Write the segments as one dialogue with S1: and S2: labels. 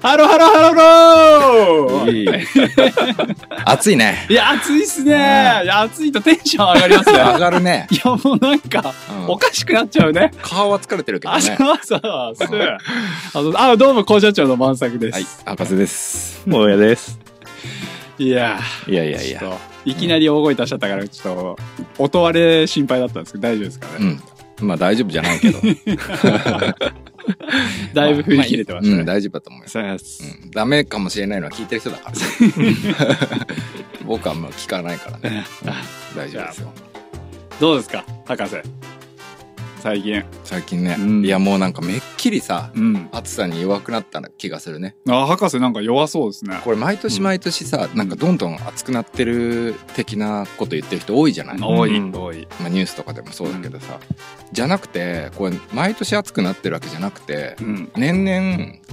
S1: ハロハロハロハロー
S2: いい暑い ね。
S1: いや、暑いっすね。いや、暑いとテンション上がりますね。
S2: 上がるね。
S1: いや、もうなんか、
S2: うん
S1: おかしくなっちゃうね。
S2: 顔は疲れてるけど
S1: あ、
S2: ね。
S1: そうそうそう。あの、あ、どうも、工場長の満作です。
S2: はい
S1: い、、
S2: 博士です。
S3: もうやです。
S1: や
S2: いや
S1: ー、
S2: いやいや。
S1: ちょっといきなり大声出しちゃったから、ちょっと、音割れ心配だったんですけど、大丈夫ですかね。
S2: うん。まあ大丈夫じゃないけど。
S1: だいぶ振り切れてました
S2: うん、
S1: ね。
S2: 大丈夫だと思います。
S1: そうです
S2: うん、ダメかもしれないのは聞いてる人 だからさ僕はもう聞かないからね。うん大丈夫ですよ。
S1: どうですか、博士。最近。
S2: 最近ね、
S1: うん
S2: いやもうなんかめっきりさ、
S1: うん。
S2: 暑さに弱くなった気がするね。
S1: あ、博士なんか弱そうですね。
S2: これ毎年毎年さ、なんかどんどん暑くなってる的なこと言ってる人多いじゃない、
S1: 多い、
S3: うん
S1: 多い。
S2: まあ、ニュースとかでもそうだけどさ、じゃなくてこれ毎年暑くなってるわけじゃなくて
S1: うん。
S2: 年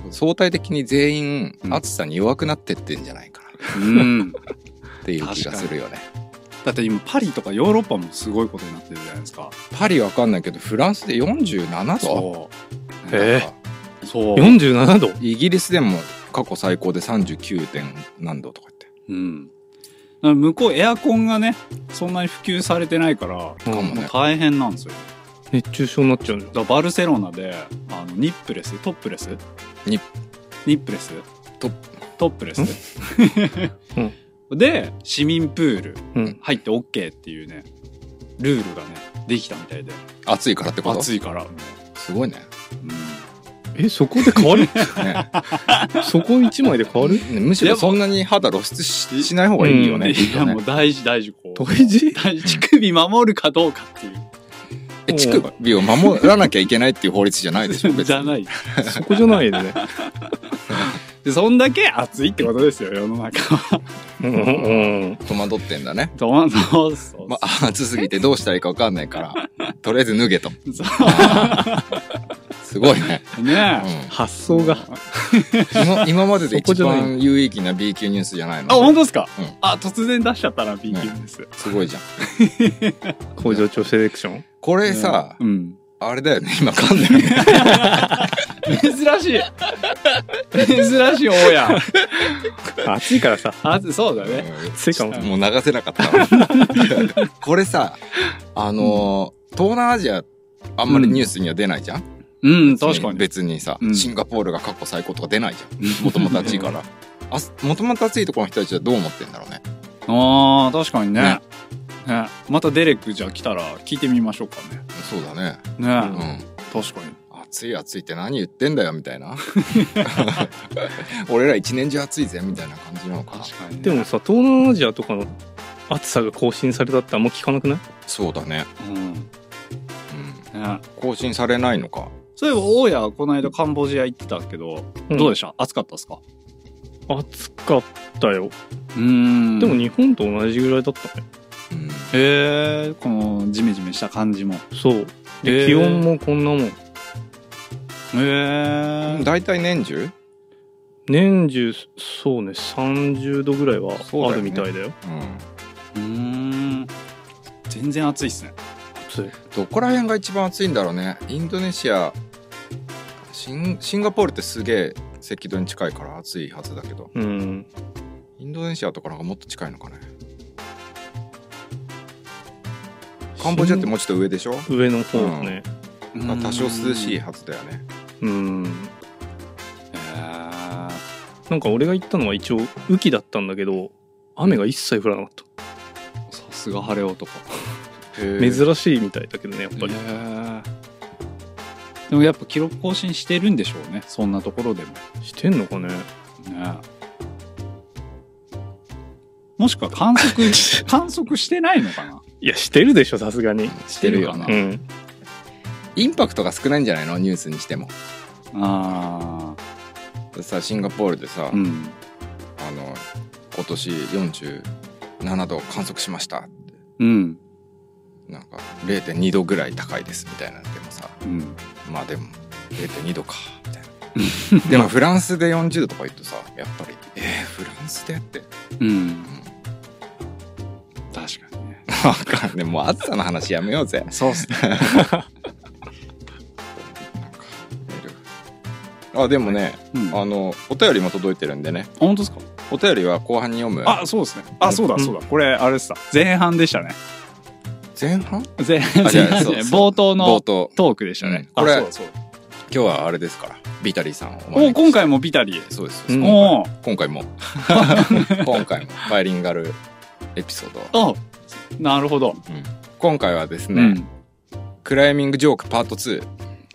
S2: 々相対的に全
S1: う
S2: 員
S1: ん
S2: 暑さに弱くなってってんじゃないか
S1: う
S2: な
S1: ん。
S2: っていう気がするよね。
S1: だって今、パリとかヨーロッパもすごいことになってるじゃないですか。
S2: パリわかんないけどフランスで47度
S3: う
S2: なんか
S1: う。そう。
S3: 47度
S2: イギリスでも過去最高で 39. 点何度とかって。
S1: うん。だから向こうエアコンがね、そんなに普及されてないから、も
S2: かもね
S1: う大変なんですよ。
S3: 熱中症になっちゃうんだ
S1: だ。からバルセロナで、あの、ニップレス、トップレス
S2: ニッ
S1: ニップレス
S2: トッ
S1: トップレス、
S3: うん
S1: で、市民プール
S3: うん。
S1: 入って OK っていうね、ルールがね、できたみたいで、
S2: 暑いからってこと
S1: 暑いから。
S2: すごいね。
S1: うん
S3: え、そこで変わる
S2: ね
S3: そこ一枚で変わる
S2: ねむしろそんなに肌露出ししない方がいいよね。
S3: うん
S2: きっ
S1: い
S2: と
S1: や、
S2: ね
S1: もう大事、大事、こう。
S3: 大 事
S1: 大事乳首守るかどうかっていう。
S2: え乳首を守らなきゃいけないっていう法律じゃないでしょ別 に
S1: じゃない。
S3: そこじゃないよね。
S1: でそんだけ暑いってことですよ、世の中は。
S3: うんうん。
S2: 戸惑ってんだね、
S1: どうそうそう。
S2: まあ、暑すぎてどうしたらいいか分かんないからとりあえず脱げとすごいね、
S1: ねえ。
S2: う
S3: 発想が。
S2: ん、今今までで
S3: そこ
S2: 一
S3: じゃない
S2: 番有意義な B 級ニュースじゃない
S1: あ、本
S2: の
S1: 当ですか、
S2: うん
S1: あ、突然出しちゃったな、B 級です。
S2: すごいじゃん
S3: 工場長セレクション。
S2: これさ、
S1: うん。
S2: あれだよね今噛んだよね
S1: 珍しい。珍しい、大家。
S3: 暑いからさ。
S1: あ、そうだね。
S3: 暑いかも。
S2: もう流せなかったわ これさあのー東南アジアあんまりニュースには出ないじゃん、
S1: うん、確かに。
S2: 別にさ、
S1: うん
S2: シンガポールが過去最高とか出ないじゃんもともと暑いからもともと暑いところの人たちはどう思ってんだろうね
S1: ああ、確かにね
S2: ね
S1: ね。またデレックじゃあ来たら聞いてみましょうかね。
S2: そうだね
S1: ね、
S2: うん
S1: 確かに。
S2: 暑い暑いって何言ってんだよみたいな 俺ら一年中暑いぜみたいな感じなのかな
S1: 確かに、
S3: でも、さ、東南アジアとかの暑さが更新されたってあんま聞かなくない
S2: そうだね、
S1: うん。ね
S2: うん、更新されないのか
S1: そういえば、大家はこの間カンボジア行ってたけど、
S3: うん
S1: どうでした暑かったですか
S3: 暑かったよ。
S1: うん
S3: でも日本と同じぐらいだったね。
S2: うん
S1: へえ、このジメジメした感じも。
S3: そう。
S1: へー
S3: で、気温もこんなもん。
S1: へ
S2: うん
S1: え。
S2: 大体年中、
S3: 年中、そうね、30度ぐらいは
S2: そうだよ
S3: あ
S2: ね
S3: るみたいだよ。
S1: う
S2: うん、
S1: ーん。全然暑いっすね。
S3: 暑い。
S2: どこら辺が一番暑いんだろうねインドネシアシンシンガポールってすげえ赤道に近いから暑いはずだけど
S3: うん。
S2: インドネシアとかなんかもっと近いのかねカンボジアってもうちょっと上でしょ、
S3: 上の方だね。
S1: う
S2: まあ
S1: ん
S2: 多少涼しい。はずだよね
S3: うん。
S1: へー
S3: なんか俺が行ったのは一応雨季だったんだけど、雨が一切降らなかっ
S1: さすが晴れ男。
S3: た。
S2: 珍
S3: 珍しいみたいだけどね、やっぱり。
S1: でもやっぱ記録更新してるんでしょうね。そんなところでも。
S3: してんのかね
S1: ねもしくは観 測、観測してないのかない
S3: や、してるでしょ、さすがに。
S2: してる
S1: してる
S2: よ
S1: かな
S2: ね
S3: うん。
S2: インパクトが少ないんじゃないのニュースにしても
S1: あ
S2: さシンガポールでさ、
S1: あ。うん。
S2: あの今年47度を観測しました
S1: うん。
S2: なんか0.2度ぐらい高いですみたいなのでもさ
S1: うん。
S2: まあでも0.2度かみたい なでもフランスで40度とか言うとさやっぱりえー、フランスでって
S1: うん
S2: うん。
S1: 確かにね。
S2: 分かんねもう暑さの話やめようぜ
S1: そうっすね。
S2: なんかメールあでもね、
S1: うん、あ
S2: あのお便りも届いてるんでね
S1: 本当ですか
S2: お便りは後半に読む
S1: あそうですねあそうだ
S3: うん
S1: そうだ、これあれでした前半でしたね
S2: 前半
S1: 前半
S2: あじゃあ
S1: 前半
S2: そう
S1: ね
S2: そう
S1: 冒頭
S2: 冒
S1: の
S2: 頭
S1: トークでしたね、
S2: うんこれ
S1: あそうだそうだ
S2: 今日はあれですからビタリーさんをお招き
S1: お
S2: して
S1: 今回もビタリー
S2: そうです、
S3: うん
S1: お
S2: 今回 も今回もバイリンガルエピソード
S1: おなるほど、
S2: 今回はですね、クライミングジョークパート2、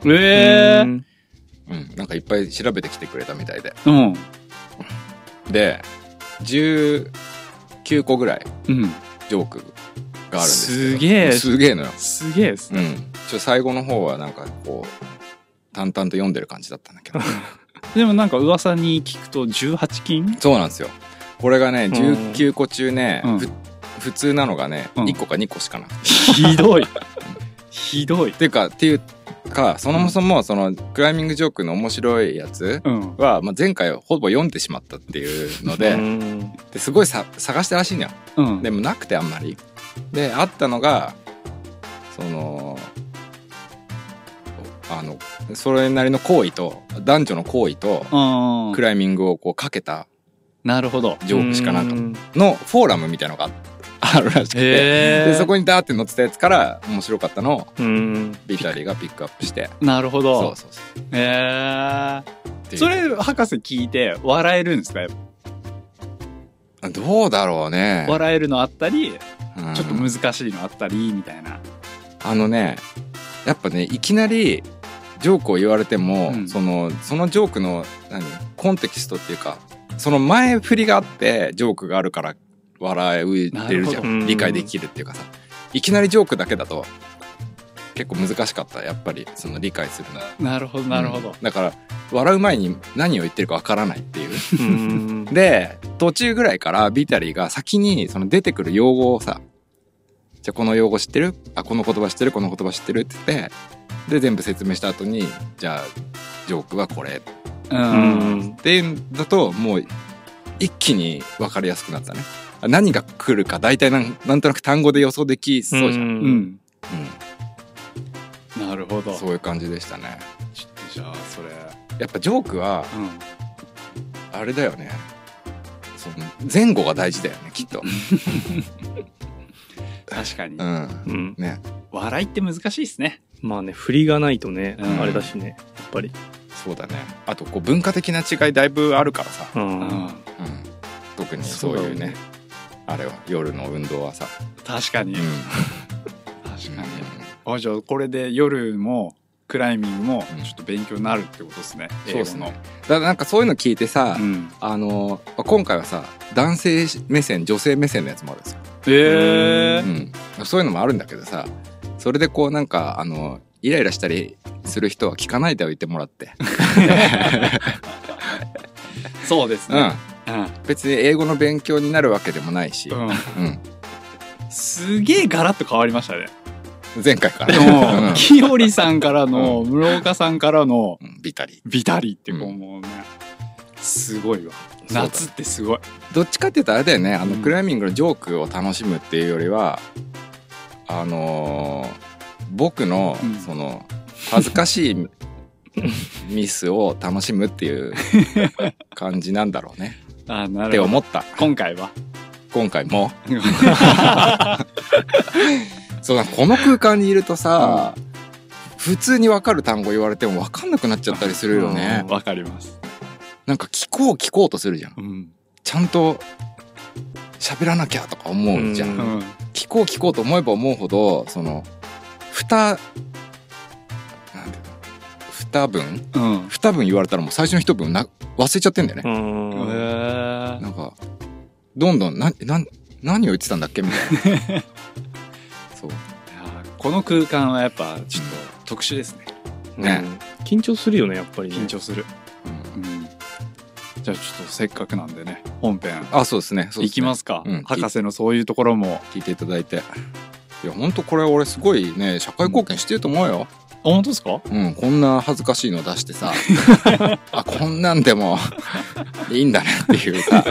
S1: うんええ
S3: うん
S2: うん、なんかいっぱい調べてきてくれたみたいで
S1: うん
S2: で19個ぐらい
S1: うん
S2: ジョークがあるんですけ
S1: す
S2: ど
S1: げえ
S2: すげえのよ
S1: すげえです
S2: う
S1: ね、
S2: んちょ最後の方はなんかこう淡々と読んでる感じだったんだ けど
S1: でもなんか噂に聞くと18金
S2: そうなんですよこれがね
S3: ん
S2: 19個中ね、
S1: うん
S2: ふ普通なのがね、
S1: うん
S2: 1個か2個しかなくて
S1: ひどい ひどい
S2: っていうかっていうかそもそもそのクライミングジョークの面白いやつ
S1: うん
S2: は、まあ、前回ほぼ読んでしまったっていうので,、
S3: うん
S2: ですごいさ探したらしいのよ
S1: うん
S2: でもなくてあんまりであったのがそのあのそれなりの行為と男女の行為と
S1: あー
S2: クライミングをこうかけた
S1: なるほど
S2: ジョークしかなか
S3: う
S2: っ
S3: ん
S2: たのフォーラムみたいのがああるらしくて、
S1: へ
S2: で
S1: え
S2: そこにダーって載ってたやつから面白かったのを
S3: うん
S2: ビタリーがピックアップして
S1: なるほ
S2: そ
S1: ど
S2: うそうそう
S1: へえ
S2: っていう
S1: それ博士聞いて笑えるんですかやっぱ
S2: どうだろうね、
S1: 笑えるのあったり
S2: うん
S1: ちょっと難しいのあったりみたいな
S2: あのねやっぱねいきなりジョークを言われても、
S1: うん
S2: そのそのジョークの何コンテキストっていうかその前振りがあってジョークがあるから笑いてるじゃ
S3: なるほ
S2: ん
S3: ど
S2: 理解できるっていうかさいきなりジョークだけだと結構難しかったやっぱりその理解するのは
S1: なるほどなるほど
S2: うんだから笑う前に何を言ってるかわからないっていう
S3: うん
S2: で途中ぐらいからビタリーが先にその出てくる用語をさじゃあこの用語知ってるあこの言葉知ってるこの言葉知ってるって言ってで全部説明した後にじゃあジョークはこれっ
S1: う
S3: うんん
S2: ていうんだともう一気に分かりやすくなったねあ何が来るか大体なんなんとなく単語で予想できそうじゃ
S1: う
S2: ん、
S3: うん
S2: う
S1: なるほど
S2: んそういう感じでしたね
S1: ちょっとじゃあそれ
S2: やっぱジョークは
S1: うん
S2: あれだよねその前後が大事だよねきっと
S1: 確かに
S2: うん
S3: うん
S2: ね
S1: 笑いって難しいですね
S3: まあね振りがないとね
S1: うん
S3: あれだしねやっぱり
S2: そうだねあとこう文化的な違いだいぶあるからさ、
S3: うん
S1: うん
S2: うん、特にそういうねあれは夜の運動はさ、
S1: 確かに
S2: うん
S1: 確かにあじゃあこれで夜もクライミングもちょっと勉強になるってことですね、
S2: う
S1: 英
S2: んそうで
S1: 語
S2: す
S1: の
S2: ねだからなんかそういうの聞いてさ、
S1: うん
S2: あの今回はさ男性目線女性目線のやつもあるんですよ、
S1: えー
S2: うん、そういうのもあるんだけどさそれでこうなんかあのイライラしたりする人は聞かないでおいてもらって、
S1: そうです
S2: うん
S1: ね、、うん
S2: 別に英語の勉強になるわけでもないし、う
S1: うん
S2: ん、
S1: すげえガラッと変わりましたね。
S2: 前回か
S1: で
S2: らね、
S1: も、きよりさんからの、室岡さんからの、
S2: うんうん、ビタリー
S1: ビタリってこ
S2: う
S1: うんもうね、すごいわ。
S2: そうだね
S1: 夏ってすごい。
S2: どっちかって言ったらあれだよねあの
S1: うん
S2: クライミングのジョークを楽しむっていうよりはあのー僕の
S1: うん
S2: その恥ずかしい ミスを楽しむっていう感じなんだろうね
S1: あ、な
S2: って
S1: るほど。
S2: 思った
S1: 今回は。
S2: 今回もそうだこの空間にいるとさ、普通に分かる単語言われても分かんなくなっちゃったりするよね、
S1: わかります。
S2: なんか聞こう聞こうとするじゃん
S1: うん。
S2: ちゃんと喋らなきゃとか思うじゃん
S3: う
S1: うんん。
S2: 聞こう聞こうと思えば思うほどその二なんていうの二分
S1: うん。
S2: 二分言われたらもう最初の一分な忘れちゃってんだよ
S3: う
S2: ね、
S3: ん
S1: へー
S2: なんかどんどんななん何を言ってたんだっけみた いなそう
S1: いやーこの空間はやっぱ、ちょっと特殊ですね。
S2: ね
S3: うん緊張するよねやっぱりね
S1: 緊張する。
S2: うん
S1: うん。じゃあちょっとせっかくなんでね、本編、
S2: あそうですねそうですね
S1: いきますか
S2: うん。
S1: 博士のそういうところも。
S2: 聞いていただいていや本当これ俺すごいね社会貢献してると思うよ、
S1: あ、本当ですか
S2: うんこんな恥ずかしいの出し てさあこんなんでもいいんだねっていうか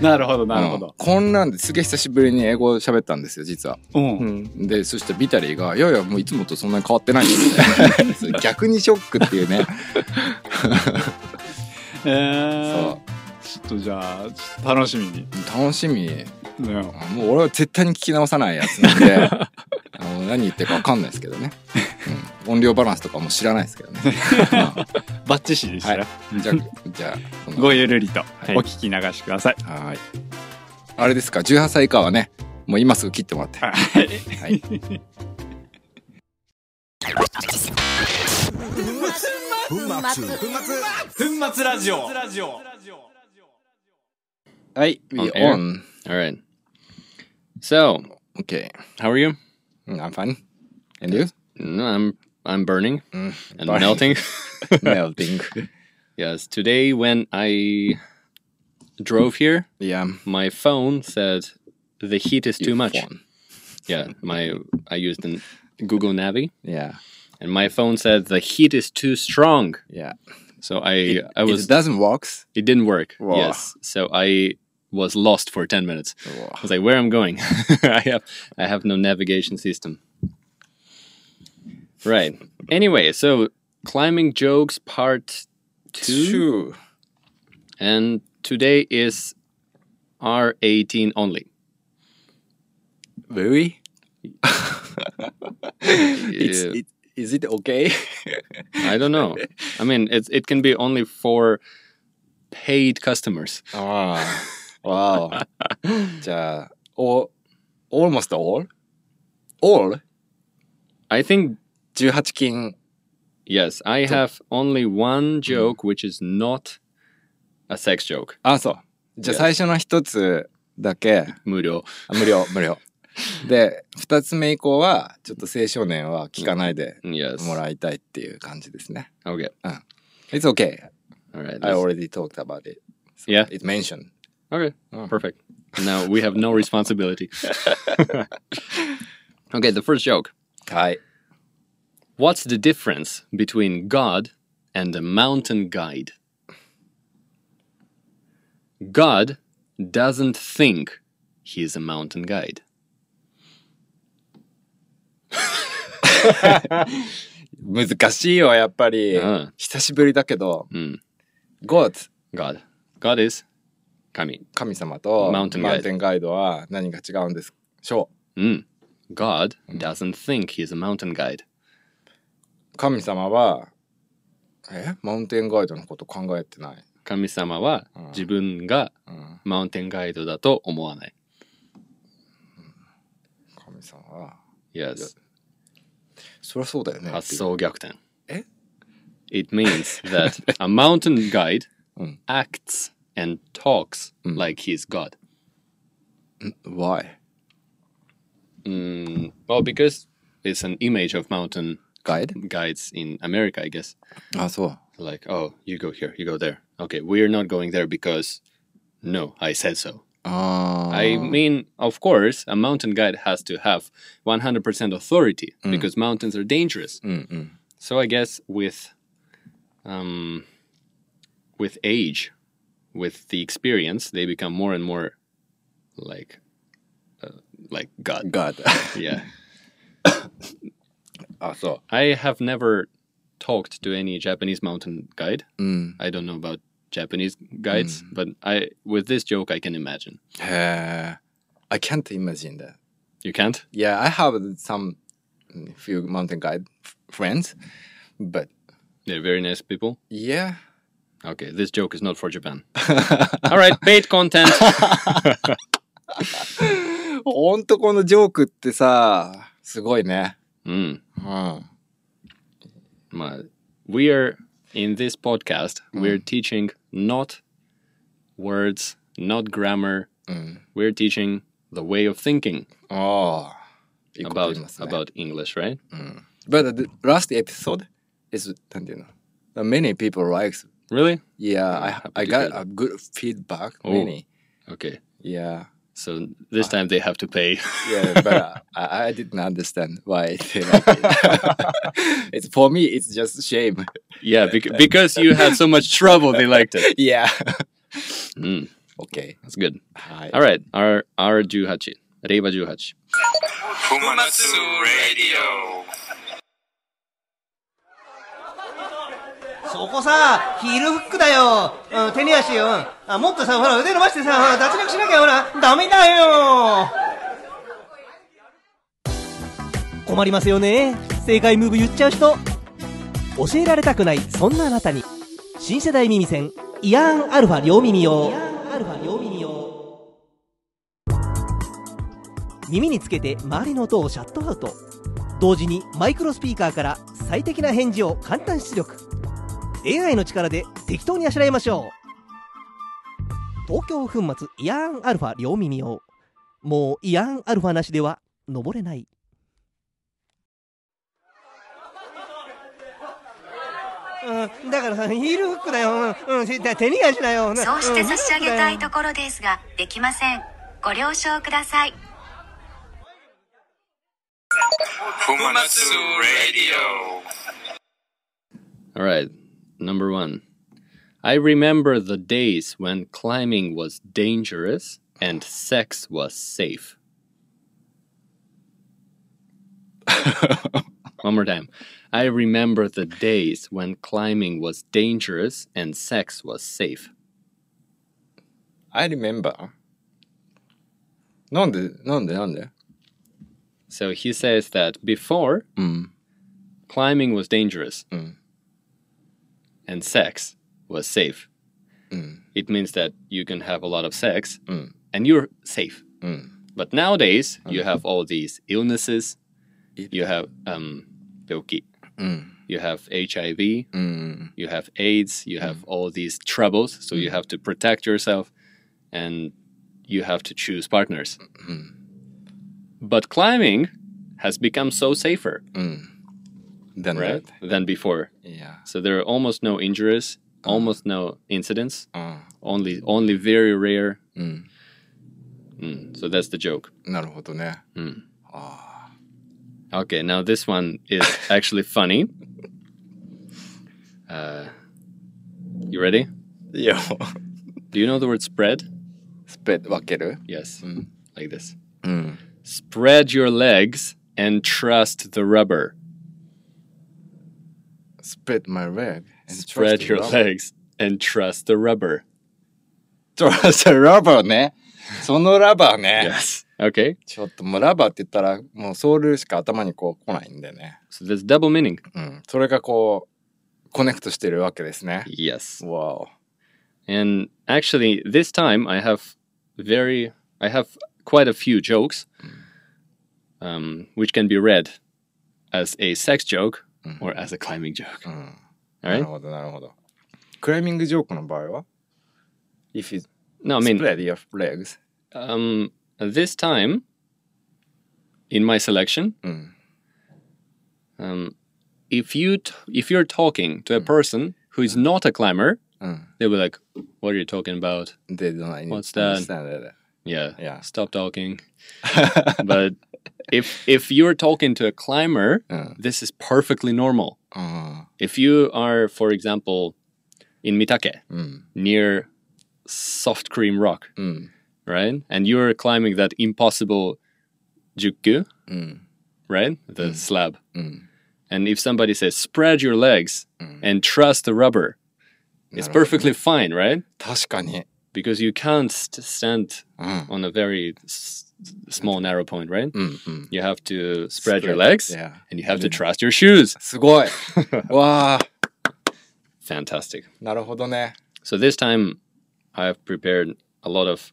S1: なるほど、なるほ
S2: うん
S1: ど。
S2: こんなんですげえ久しぶりに英語喋ったんですよ、実は。
S1: うん
S3: う。ん
S2: で、そしてビ タリーが、いやいや、もういつもとそんなに変わってないよってそう逆にショックっていうね。
S1: えー
S2: そ、
S1: ちょっとじゃあちょっと楽しみに、
S2: う楽しみ
S1: ね、
S2: もう俺は絶対に聞き直さないやつな んであの何言ってるか分かんないですけどね、うん音量バランスとかも知らないです けどね、う
S1: バッチシでしたよ、
S2: んじゃあじゃあその
S1: ごゆるりと
S3: い
S1: お聞き流しください、
S2: はーいあれですか18歳以下はねもう今すぐ切ってもらって
S1: はい
S2: はい
S4: 粉末ラジオ
S2: はい
S5: We
S2: on air.
S5: on. All right. So,
S2: Okay
S5: how are you?
S2: Mm, I'm fine and you
S5: No, I'm I'm burning
S2: Mm,
S5: and
S2: burning.
S5: melting.
S2: melting
S5: yes, today when I drove here,
S2: yeah
S5: my phone said the heat is too much.
S2: Fun.
S5: Yeah, my I used an Google Navi
S2: yeah
S5: and my phone said the heat is too strong.
S2: yeah
S5: So I I
S2: If
S5: was
S2: it doesn't works
S5: it didn't work.
S2: Wow.
S5: Yes. So I was lost for 10 minutes.
S2: Wow.
S5: I was like where I'm going. I have I have no navigation system. Right. Anyway, so climbing jokes part 2
S2: two
S5: and today is R18 only.
S2: really it's,
S5: Yeah.
S2: it, is it okay
S5: Uh, I don't know. I mean, it it can be only for paid customers.
S2: ああ、 わお。じゃあ、お、almost all? All?
S5: I think
S2: 18金。
S5: yes, I have only one joke which is not a sex joke.
S2: あ、そう。じゃあ
S5: Yes.
S2: 最初の一つだけ、
S5: 無料。
S2: あ無 料、無料。で、二つ目以降は、ちょっと青少年は聞かないで
S5: Yes.
S2: もらいたいっていう感じですね。
S5: Okay.
S2: It's okay.
S5: All right.
S2: I
S5: let's-
S2: already talked about it. So
S5: Yeah.
S2: It mentioned.
S5: Okay.
S2: Oh.
S5: Perfect. Now we have no responsibility. okay, the first joke.
S2: はい。
S5: What's the difference between God and a mountain guide? God doesn't think he's a mountain guide.
S2: 難しいよ、やっぱり。
S5: うん
S2: 久しぶりだけど、
S5: Mm.
S2: God
S5: God. God is Kami.
S2: 神様と
S5: Mountain Guide
S2: マウンテンガイドは何が違うんですしょ
S5: Mm. God doesn't think he's a mountain guide.
S2: う神様はえマウンテンガイドのこと考えてない、
S5: 神様は自分が
S2: うん、
S5: マウンテンガイドだと思わない。
S2: 神様は
S5: Yes.
S2: そりゃそうだよね
S5: 発想逆転。
S2: え
S5: It means that a mountain guide
S2: うん。
S5: acts and talks
S2: うん
S5: like he's God.
S2: っていう Why?
S5: Mm, well, because it's an image of mountain
S2: ガイド
S5: guides in America, I guess.
S2: あそう
S5: Like, oh, you go here, you go there. Okay, we're not going there because no, I said so.
S2: あー
S5: I mean, of course, a mountain guide has to have 100% authority because mountains are dangerous.
S2: うんうん、
S5: So I guess with um, with age, with the experience, they become more and more like uh, like God.
S2: ガイド
S5: Yeah,
S2: あそ
S5: I have never talked to any Japanese mountain guide.
S2: う、うん、
S5: I don't know about Japanese guides, but I with this joke I can imagine.
S2: へえ I can't imagine that
S5: You can't?
S2: Yeah, I have some few mountain guide friends but
S5: They're very nice people.
S2: yeah
S5: Okay, this joke is not for Japan. All right, paid content.
S2: ほんとこのジョークってさ、すごいね。
S5: Mm.
S2: うん。
S5: Ma- we are in this podcast we're teaching not words not grammar we're teaching the way of thinking
S2: ああ。いいこと
S5: about
S2: 言いますね。
S5: about english right
S2: But the last episode is, なんていうの Many people likes.
S5: really
S2: Yeah, I, I Oh. got a good feedback. Many.
S5: okay
S2: Yeah.
S5: so this time they have to pay
S2: Yeah, but I, I didn't understand why they like it. it's for me, it's just shame.
S5: yeah bec- because you had so much trouble they liked it
S2: Yeah.
S5: Mm,
S2: okay.
S5: that's good
S2: はい。
S5: all right our our juhachi reiva juhachi
S4: 粉末ラ
S6: そこさ、ヒールフックだよ。うん、手に足よ。うんあ、もっとさ、ほら、腕伸ばしてさ、ほら、脱力しなきゃ、ほら、ダメだよ。困りますよね。正解ムーブ言っちゃう人。教えられたくない、そんなあなたに。新世代耳栓、イアンアルファ両耳用。イアンアルファ両耳用。耳につけて周りの音をシャットアウト。同時にマイクロスピーカーから最適な返事を簡単出力 AI の力で適当にあしらいましょう東京粉末イヤーンアルファ両耳用もうイヤーンアルファなしでは登れないうん、だからさヒールフックだよ、うんうん、手に足だよ
S7: そうして差し上げたいところですが、できません。ご了承ください。
S4: Fumatsu Radio.
S5: All right, number one. I remember the days when climbing was dangerous and sex was safe. One more time. I remember the days when climbing was dangerous and sex was safe.
S2: I remember. なんでなんでなんで
S5: So he says that before,
S2: うん。
S5: climbing was dangerous
S2: Mm.
S5: and sex was safe.
S2: Mm.
S5: It means that you can have a lot of sex
S2: Mm.
S5: and you're safe.
S2: うん。
S5: But nowadays, you have all these illnesses.
S2: It- Mm.
S5: You have um, 病気.
S2: うん。
S5: you have HIV,
S2: うん。
S5: you have AIDS,
S2: Mm.
S5: you have all these troubles. So you have to protect yourself and you have to choose partners. But climbing has become so safer,
S2: だね。
S5: right, than before.
S2: Yeah.
S5: So there are almost no injuries,
S2: Uh-huh.
S5: almost no incidents,
S2: うん。
S5: only only very rare.
S2: うん。
S5: Mm, so that's the joke.
S2: なるほどね。
S5: Okay, now this one is actually funny. Uh, you ready?
S2: いや、
S5: Do you know the word spread?
S2: スペッ分ける
S5: Yes,
S2: Mm.
S5: like this.
S2: うん。
S5: Spread your legs and trust the rubber.
S2: spread my leg. and
S5: Spread
S2: trust
S5: your
S2: the rubber.
S5: legs and trust the rubber.
S2: Trust the rubber ね。そのラバーね。
S5: Yes. Okay.
S2: ちょっともうラバーって言ったらもうソウルしか頭にこう来ないんでね。
S5: So that's double meaning.
S2: うん。それがこうコネクトしてるわけですね。
S5: Yes.
S2: わお。
S5: And actually, this time I have very, I have quite a few jokes, um, which can be read as a sex joke
S2: Mm-hmm.
S5: or as a climbing joke.
S2: Mm.
S5: All
S2: なる
S5: right.
S2: ほどなるほど。クライミングジョークの場合は ?If you
S5: No, I mean,
S2: spread your legs.
S5: um, this time in my selection,
S2: Mm.
S5: um, if you t- if you're talking to a person who is not a climber,
S2: Mm.
S5: they'll be like, "What are you talking about?"
S2: They don't I need
S5: What's
S2: to
S5: that?
S2: understand it.
S5: Yeah,
S2: Yeah.
S5: Stop talking. but if if you're talking to a climber,
S2: Mm.
S5: this is perfectly normal.
S2: うん。
S5: If you are, for example, in Mitake
S2: うん。
S5: near Soft Cream Rock,
S2: うん。
S5: right, and you're climbing that impossible Jukku,
S2: うん。
S5: right, the slab,
S2: うん。
S5: and if somebody says spread your legs and trust the rubber, it's perfectly fine, right?
S2: 確かに。
S5: Because you can't st- stand
S2: うん。
S5: on a very s- small narrow point, right?
S2: うん。うん。
S5: You have to spread, your
S2: Mm. Spread,
S5: legs
S2: yeah. Mm-hmm.
S5: and you have to trust your shoes.
S2: す ごい。わあ。
S5: Fantastic.
S2: なるほどね。
S5: So this time I have prepared a lot of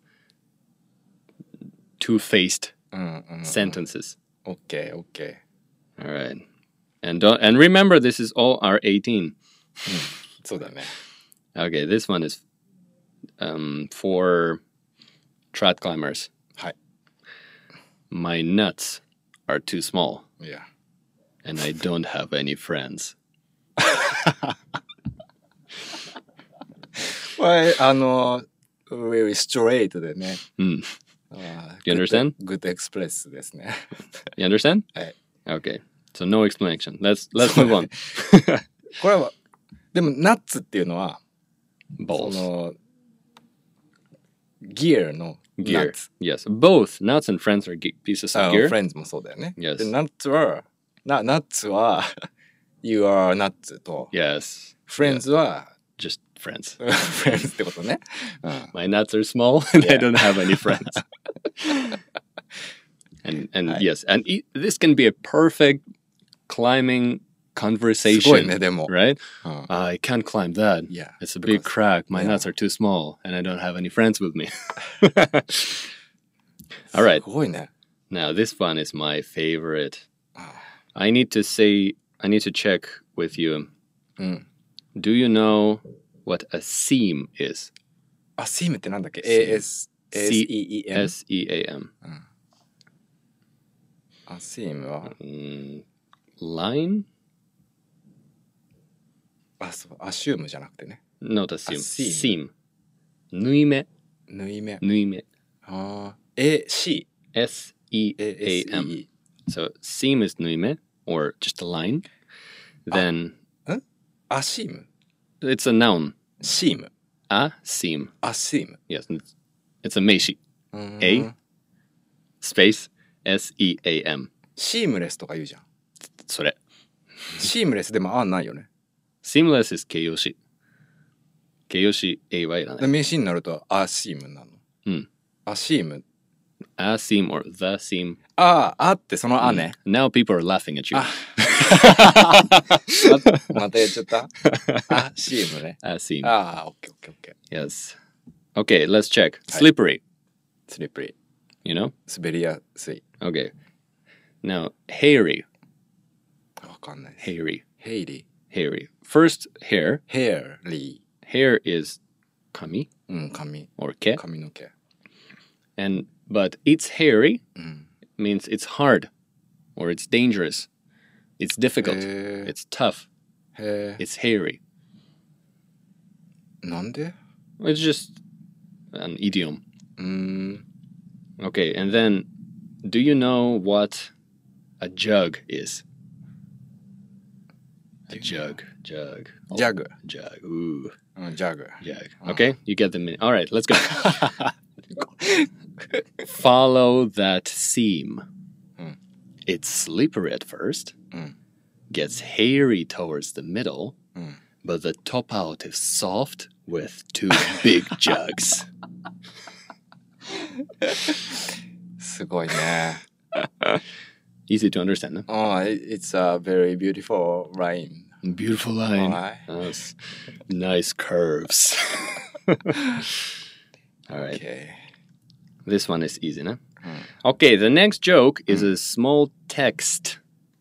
S5: two-faced
S2: うんうん。
S5: sentences.
S2: オッケーオッケ
S5: All right. And don't, and remember this is all our
S2: ー。
S5: 18.
S2: そうだね。
S5: Okay, this one is um, for trad climbers.
S2: Hi.
S5: My nuts are too small
S2: いや。
S5: and I don't have any friends.
S2: これあの、very straight でね。
S5: Mm.
S2: あー
S5: You understand?
S2: Good express ですね。
S5: You understand?
S2: Hey.
S5: Okay. So no explanation. Let's let's move on.
S2: これは、でも、ナッツっていうのは、そ
S5: Balls.
S2: の、ギアのナッ
S5: gear.
S2: ツ。
S5: Yes. Both nuts and friends are ge- pieces of
S2: あ、
S5: gear.
S2: フレンズもそうだよね。
S5: Yes.
S2: でナッツは、なナッツは、you are ナッツと、
S5: Yes.
S2: フレンズは、
S5: Just friends.
S2: Uh, フレンズってことね。うん。
S5: My nuts are small and I
S2: Yeah.
S5: don't have any friends. and and
S2: Right.
S5: yes, and e- this can be a perfect climbing
S2: すごい
S5: conversation,
S2: ね、でも。
S5: right?
S2: うん。
S5: Uh, I can't climb that.
S2: Yeah,
S5: It's a big
S2: because-
S5: crack. My
S2: yeah.
S5: nuts are too small and I don't have any friends with me. All right.
S2: すごいね。
S5: Now, this one is my favorite.
S2: Ah.
S5: I need to say, I need to check with you.
S2: Mm.
S5: Do you know what a seam is?
S2: あ、セイムってなんだっけ
S5: Seam
S2: ?AS、
S5: S E A M.
S2: SEEM。あ、セイムは、
S5: Mm, line?
S2: あ、そう、アシュームじゃなくてね。
S5: Not a seam.
S2: seam.
S5: Seam. Nuime.
S2: 縫い目。
S5: Nuime.
S2: あー AC。
S5: S E A M.
S2: ASEE。
S5: So seam is nuime or just a line. Then
S2: アシーム
S5: it's a noun.
S2: シーム。
S5: A seam.
S2: アシーム。
S5: Yes. and it's- It's a meishi.
S2: うーん
S5: A space S E A M.
S2: シームレスとか言うじゃん。
S5: それ。
S2: シームレスでもあんないよね。
S5: Seamless is 形容詞。形容詞 AY だ
S2: で、
S5: ね。
S2: 名詞になると、アシームになるの。
S5: うん。
S2: アシーム。
S5: A seam or the seam.
S2: ああ、あってそのあね。Ah.
S5: Now people are laughing at you.
S2: あままたやっちゃった あ、シームね。
S5: A seam.
S2: ああ、オッケーオッケーオッケ
S5: Yes. Okay, let's check.
S2: はい
S5: Slippery,
S2: ー。スリップリー。
S5: you know?
S2: 滑りやすい。
S5: Okay. Now, hairy,
S2: わかんない。ヘ
S5: hairy,
S2: イリー。
S5: hairy. First, hair.
S2: ヘアリ
S5: Hair is kami
S2: ー。うん、髪。
S5: or ke.
S2: 髪の毛。
S5: And but it's hairy
S2: うん。
S5: means it's hard or it's dangerous. It's difficult.
S2: へえ
S5: It's tough.
S2: へえ
S5: It's hairy.
S2: なんで
S5: It's just an idiom.
S2: うーん。
S5: Okay, and then do you know what a jug is? A jug, jug, Oh,
S2: ジャグ。
S5: jug. Ooh,
S2: うん、ジャグ。
S5: jug. Okay, you get the minute. All right, let's go. Follow that seam. Hmm.
S2: Mm.
S5: It's slippery at first,
S2: Mm.
S5: gets hairy towards the middle,
S2: Mm.
S5: but the top out is soft with two big jugs.
S2: すごい ね。
S5: Easy to understand. Huh?
S2: ああ、it- it's a very beautiful line.
S5: Beautiful line.
S2: Alright.
S5: Nice. nice curves. All right.
S2: Okay.
S5: This one is easy, no? Okay, the next joke is a small text.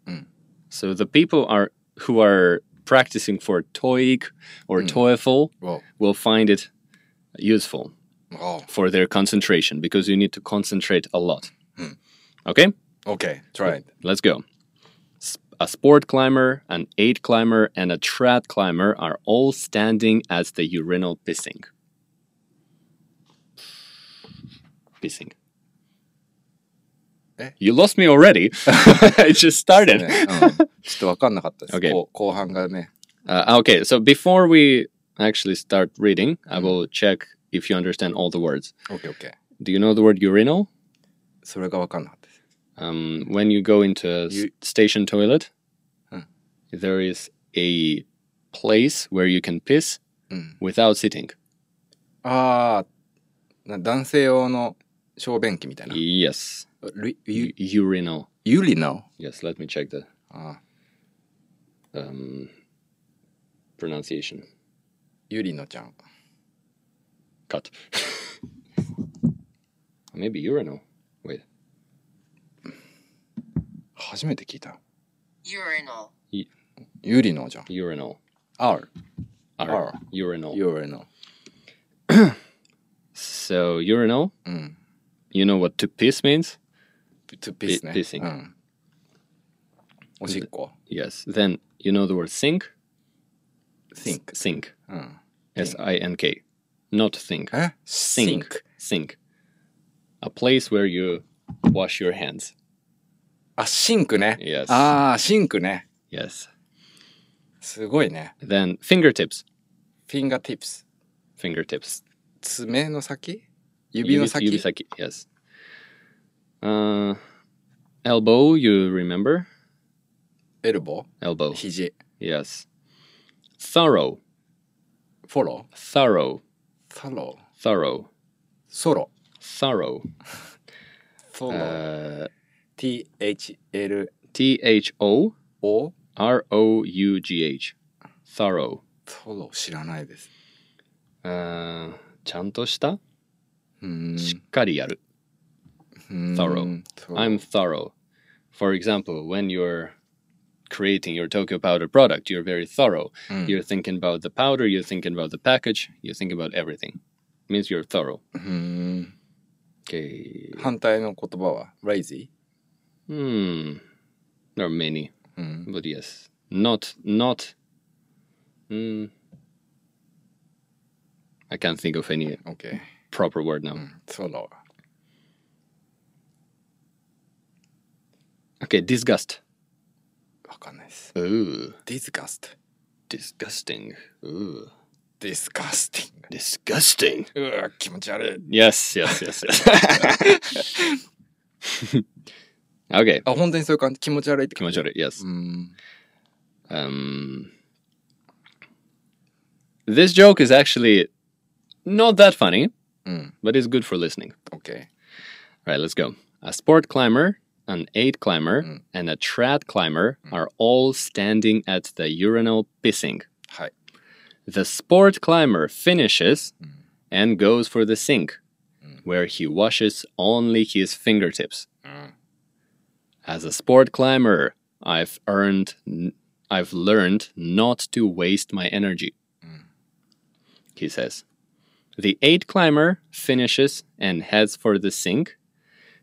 S2: Mm.
S5: So the people are who are practicing for TOEIC or TOEFL
S2: Well,
S5: will find it useful
S2: oh,
S5: for their concentration because you need to concentrate a lot. Okay?
S2: okay, try it.
S5: Let's go. S- A sport climber, an aid climber, and a trad climber are all standing as the urinal pissing. Pissing.
S2: Eh?
S5: You lost me already. it just started.
S2: ねうん、 ちょっとわかんなかったです。
S5: Okay.
S2: こう後半がね。
S5: Uh, okay, so before we actually start reading, I will check if you understand all the words.
S2: Okay, okay.
S5: Do you know the word urinal?
S2: それがわかんなかったです。
S5: Um, when you go into a s-
S2: You-
S5: station toilet,
S2: Huh.
S5: there is a place where you can piss
S2: Mm.
S5: without sitting.
S2: ああ、な男性用の小便器みたいな。
S5: Yes.
S2: ゆ
S5: U-
S2: ゆ
S5: urinal.
S2: ゆりの
S5: Yes, let me check the
S2: ああ
S5: um, pronunciation.
S2: ゆりのちゃん。
S5: Cut. Maybe urinal. Wait.
S2: 初めて聞いた。
S8: urinal,
S2: ゆりのじゃん。
S5: Urinal.
S2: R。
S5: R.
S2: R.
S5: Urinal.
S2: ゆりの。
S5: so, urinal,
S2: うん。
S5: you know what to piss means?
S2: to piss ね。
S5: ピ pissing
S2: うん。おしっこ。
S5: Yes. Then, you know the word sink?
S2: think.
S5: Sink.
S2: うん。
S5: S I N K. Not think.
S2: え
S5: Sink. Sink. A place where you wash your hands.
S2: あ、シンクね。
S5: Yes.
S2: ああ、シンクね。
S5: Yes.
S2: すごいね。
S5: Then fingertips.
S2: フィンガーティップス。
S5: Fingertips.
S2: 爪の先指の先
S5: Yubi- yubisaki, Yes. Uh, elbow. You remember
S2: エルボ
S5: elbow?
S2: ー肘。
S5: Yes. thorough,
S2: フォロ
S5: thorough,
S2: ーサロ
S5: thorough,
S2: ソロ
S5: thorough.
S2: ソ
S5: Uh,
S2: THLO
S5: T H O R O U G H. thorough.
S2: ソロ知らないです
S5: あーちゃんとした
S2: うーん
S5: しっかりやる。thorough.
S2: そう
S5: I'm thorough. For example, when you're creating your Tokyo Powder product, you're very thorough.
S2: Mm.
S5: You're thinking about the powder, you're thinking about the package, you're thinking about everything. Means you're thorough.
S2: うーん
S5: Okay.
S2: 反対の言葉は lazy
S5: Hmm. There are many,
S2: うん、
S5: but yes. Not, not. Hmm. I can't think of any
S2: OK
S5: proper word now.
S2: ソロ
S5: Okay, disgust.
S2: わかんないです
S5: Ooh,
S2: disgust
S5: disgusting. Ooh,
S2: disgusting
S5: disgusting.
S2: うわ気持ち悪い
S5: Yes, yes, yes, yes. okay,
S2: あ本当にそういう感じ気持ち悪いって
S5: kimochori, yes.
S2: うーん
S5: Um, this joke is actually not that funny,
S2: Mm.
S5: but it's good for listening.
S2: OK
S5: All right, let's go. A sport climber, an aid climber,
S2: Mm.
S5: and a trad climber are all standing at the urinal pissing.
S2: Hi.
S5: The sport climber finishes
S2: Mm.
S5: and goes for the sink, where he washes only his fingertips. As a sport climber, I've earned, n- I've learned not to waste my energy. He says. The aid climber finishes and heads for the sink,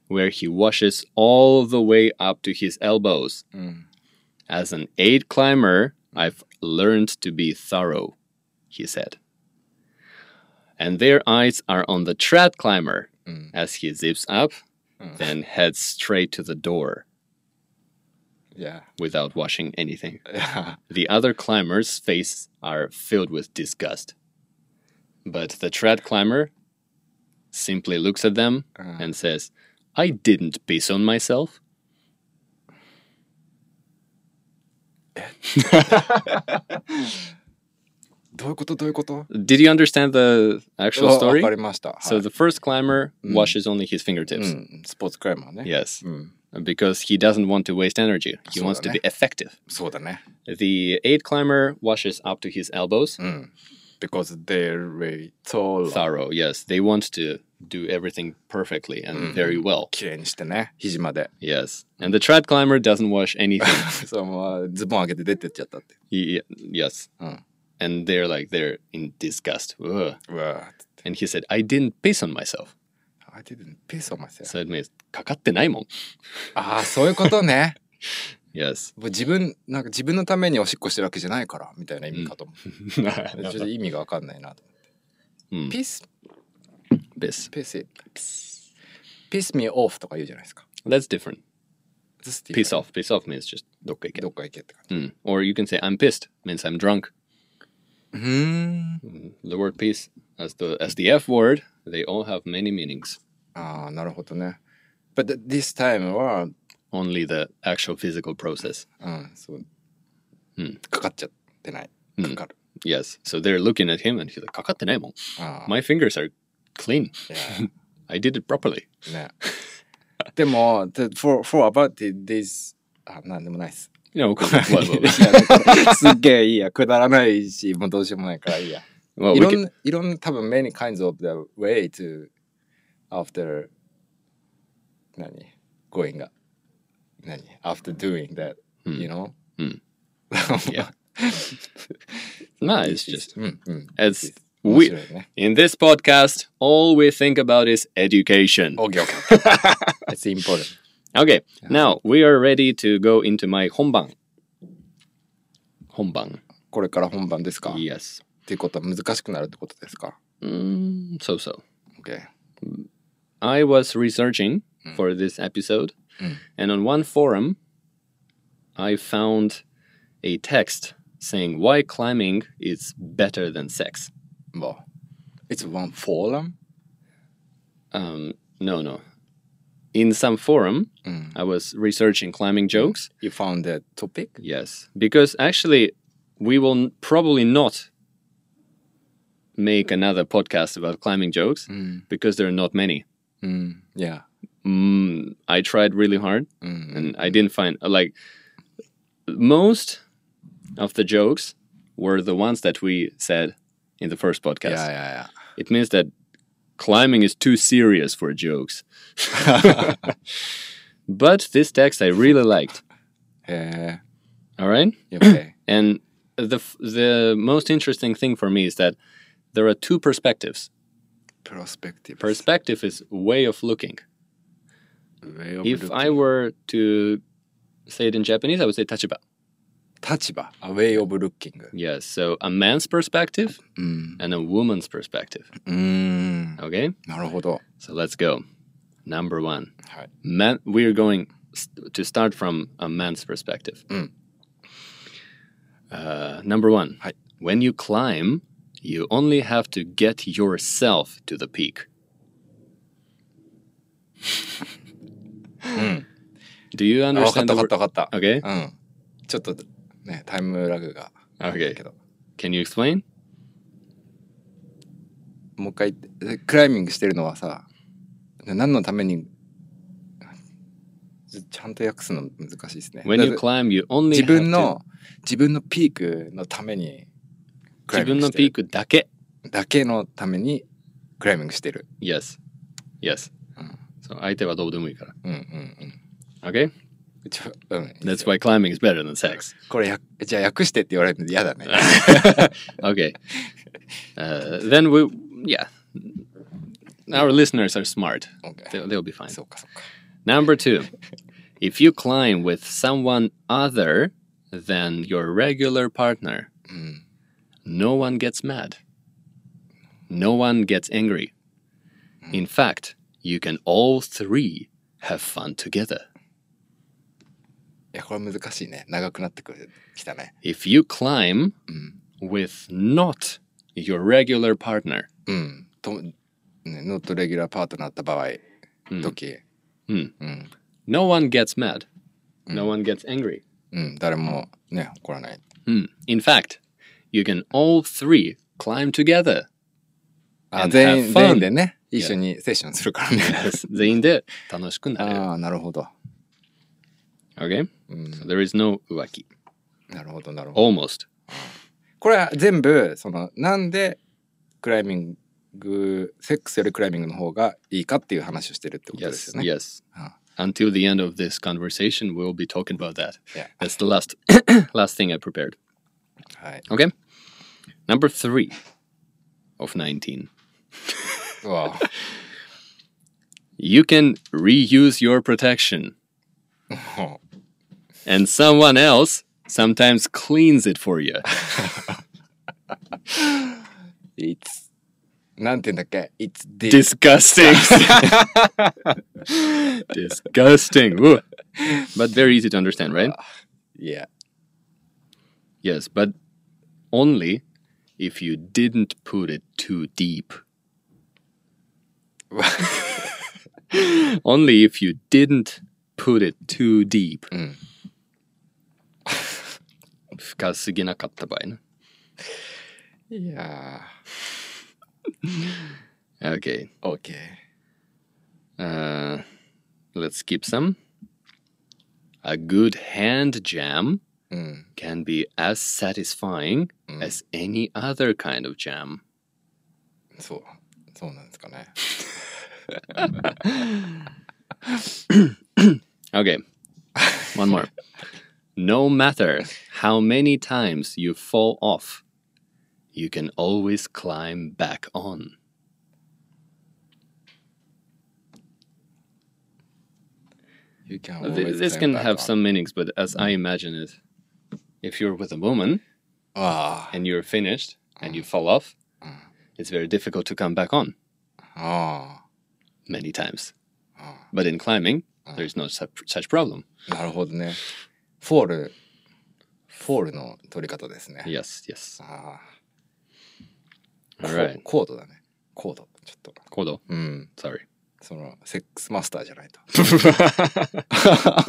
S5: where he washes all the way up to his elbows. As an aid climber, I've learned to be thorough, he said. And their eyes are on the trad climber as he zips up, then heads straight to the door
S2: Yeah.
S5: without washing anything. the other climbers' faces are filled with disgust. But the trad climber simply looks at them and says, I didn't piss on myself.
S2: どういうことどういうこと
S5: Did you understand the actual
S2: わ
S5: story?
S2: かりました。はい
S5: So the first climber washes only his fingertips.
S2: うん、スポーツクライマーね。
S5: Yes.
S2: うん、
S5: Because he doesn't want to waste energy. He wants to be effective.
S2: そうだね。
S5: The aid climber washes up to his elbows.
S2: うん。because they're very tall.
S5: Thorough, yes. They want to do everything perfectly and very well.
S2: 綺麗にしてね、肘まで。
S5: Yes. And the trad climber doesn't wash anything.
S2: そのままズボン上げて出てっちゃったって。
S5: He- yes.
S2: Mm.
S5: And they're like, they're in disgust. Ugh.
S2: うわーって
S5: And he said, I didn't piss on myself.
S2: I didn't piss on myself.
S5: So it means, かかってないもん.
S2: ああ、そういうことね。
S5: Yes.
S2: もう自分、なんか自分のためにおしっこしてるわけじゃないから、みたいな意味かと思う。ちょっと意味がわかんないなと思って。
S5: うん
S2: piss,
S5: piss.
S2: piss it. piss me off とか言うじゃないですか。
S5: That's different. Piss
S2: piss
S5: off. Piss off means just どっか行け。
S2: どっか行けって感じ。
S5: Mm. Or you can say, I'm pissed. Means I'm drunk.
S2: うーん。
S5: The word piss, as the, as the F word, they all have many meanings.
S2: ああ、なるほどね。But th- this time は、
S5: Only the actual physical process.
S2: うん、そう、
S5: うん
S2: かかっちゃってない。
S5: うん
S2: かかる。
S5: Yes. So they're looking at him and he's like, かかってないもん.
S2: ああ、
S5: My fingers are clean.
S2: い
S5: I did it properly.
S2: やね。でも、the, for, for about the- this, あ、なんでもないです。
S5: No, what, what,
S2: いやなんかすっげえいいや。くだらないし、もうどうしようもないからいいや。
S5: Well,
S2: い
S5: we
S2: ろ
S5: can,
S2: んな、いろんな多分 many kinds of the way to after 何 going が何 after doing that、you know?
S5: うん
S2: yeah.
S5: no, it's just
S2: うんうん。
S5: it's
S2: 面
S5: we
S2: 白いね。
S5: in this podcast. All we think about is education.
S2: OK, OK. It's important.
S5: Okay, now we are ready to go into my honban. Honban,
S2: これから本番ですか、っ
S5: yes.
S2: ていうことは難しくなるってことですか
S5: Mm, so so.
S2: ?OK。
S5: I was researching for this episode, and on one forum, I found a text saying why climbing is better than sex.
S2: まあ。It's one forum?
S5: Um, no, no. In some forum, I was researching climbing jokes.
S2: You found that topic?
S5: Yes, because actually, we will n- probably not make another podcast about climbing jokes
S2: うん。
S5: because there are not many.
S2: うん。いや。
S5: Mm, I tried really hard
S2: うん。
S5: and I didn't find like most of the jokes were the ones that we said in the first
S2: いや
S5: podcast.
S2: いやいや。
S5: It means that climbing is too serious for jokes. but this text I really liked.
S2: へ
S5: All right.
S2: え。やっぱ り。
S5: And the f- the most interesting thing for me is that there are two perspectives.
S2: プロスペクティブ。
S5: Perspective is way of looking.
S2: 上を向
S5: If
S2: く
S5: I were to say it in Japanese, I would say tachiba.
S2: 立場。アウェイオブルッキング。
S5: Yes. So a man's perspective and a woman's perspective.
S2: うーん。
S5: Okay.
S2: なるほど。
S5: So let's go. Number one.
S2: Hi.
S5: Man, we are going st- to start from a man's perspective.
S2: Mm.
S5: Uh, number one.
S2: Hi.
S5: When you climb, you only have to get yourself to the peak.
S2: Mm.
S5: Do you
S2: あ、わかっ
S5: understand?
S2: た
S5: the
S2: わかっ
S5: word?
S2: たわかっ
S5: Okay.
S2: た。うん。ちょっとね、タイムラグが。
S5: Okay.
S2: けど。
S5: Can you explain?
S2: もう一回言ってでクライミングしてるのはさ何のためにちちゃんと訳すの難しいですね
S5: When
S2: だ
S5: you
S2: って
S5: climb, you only
S2: 自
S5: have
S2: 分
S5: to.
S2: の自分のピークのためにクラ
S5: 自
S2: イミン
S5: 分
S2: グ
S5: の
S2: して
S5: ピー
S2: る
S5: クだけ。
S2: だけのためにクライミングしてる
S5: Yes. Yes.
S2: うん
S5: そう相手はどうでもいいから。
S2: うんうん
S5: Okay?
S2: うんちょ、うん、
S5: That's why climbing is better than sex.
S2: これやじゃあ訳してって言われるの嫌だ ね
S5: okay. Uh, then we, yeah. Our listeners are smart.
S2: OK
S5: They'll, they'll be fine.
S2: そうかそうか
S5: Number two. If you climb with someone other than your regular partner, no one gets mad. No one gets angry. In fact, you can all three have fun together.
S2: いやこれ難しいね長くなってくるきたね
S5: If you climb with not your regular partner,
S2: うんとねノットレギュラーパートナーだった場合時
S5: うん
S2: うん、
S5: no one gets mad. No one gets angry.
S2: うん、誰もね怒らない
S5: Hmm. In fact, you can all three climb together.
S2: あ
S5: And
S2: 全員
S5: have fun.
S2: 全員でね一緒にセッションする からね
S5: 全員で楽しくなれる。
S2: ああなるほど
S5: Okay? So
S2: Mm.
S5: there is no uwaki.
S2: なるほどなるほど
S5: Almost.
S2: これは全部そのなんでクライミングセックスよりクライミングの方がいいかっていう話をしてるってことです
S5: Yes.
S2: よね
S5: Yes.
S2: Ah.
S5: Until the end of this conversation, we'll be talking about that.
S2: Yeah.
S5: That's the last last thing I prepared.
S2: はい
S5: Okay? Number three of 19.
S2: うわ
S5: You can reuse your protection,
S2: も
S5: and someone else sometimes cleans it for you.
S2: ういつなんて言うんだっけ It's this
S5: disgusting. disgusting. Woo. But very easy to understand, right?
S2: yeah
S5: Yes, but only if you didn't put it too deep. only if you didn't put it too deep.
S2: うん。
S5: 深すぎなかった場合ね。
S2: いやー
S5: Okay.
S2: OK
S5: Uh, let's skip some. A good hand jam can be as satisfying as any other kind of jam.
S2: そうそうなんですかね
S5: Okay, one more. No matter how many times you fall off, you can always climb back on.
S2: Th-
S5: Th- This can have some meanings, but as I imagine it, if you're with a woman
S2: あ
S5: and you're finished and you fall off, it's very difficult to come back on.
S2: ああ
S5: many times. But in climbing, there's no such, such problem.
S2: あなるほどねフォールフォールの取り方ですね
S5: Yes, yes.
S2: ああ
S5: All right.
S2: コードだねコードちょっと
S5: Kodo,
S2: うん
S5: sorry.
S2: そのセックスマスターじゃないと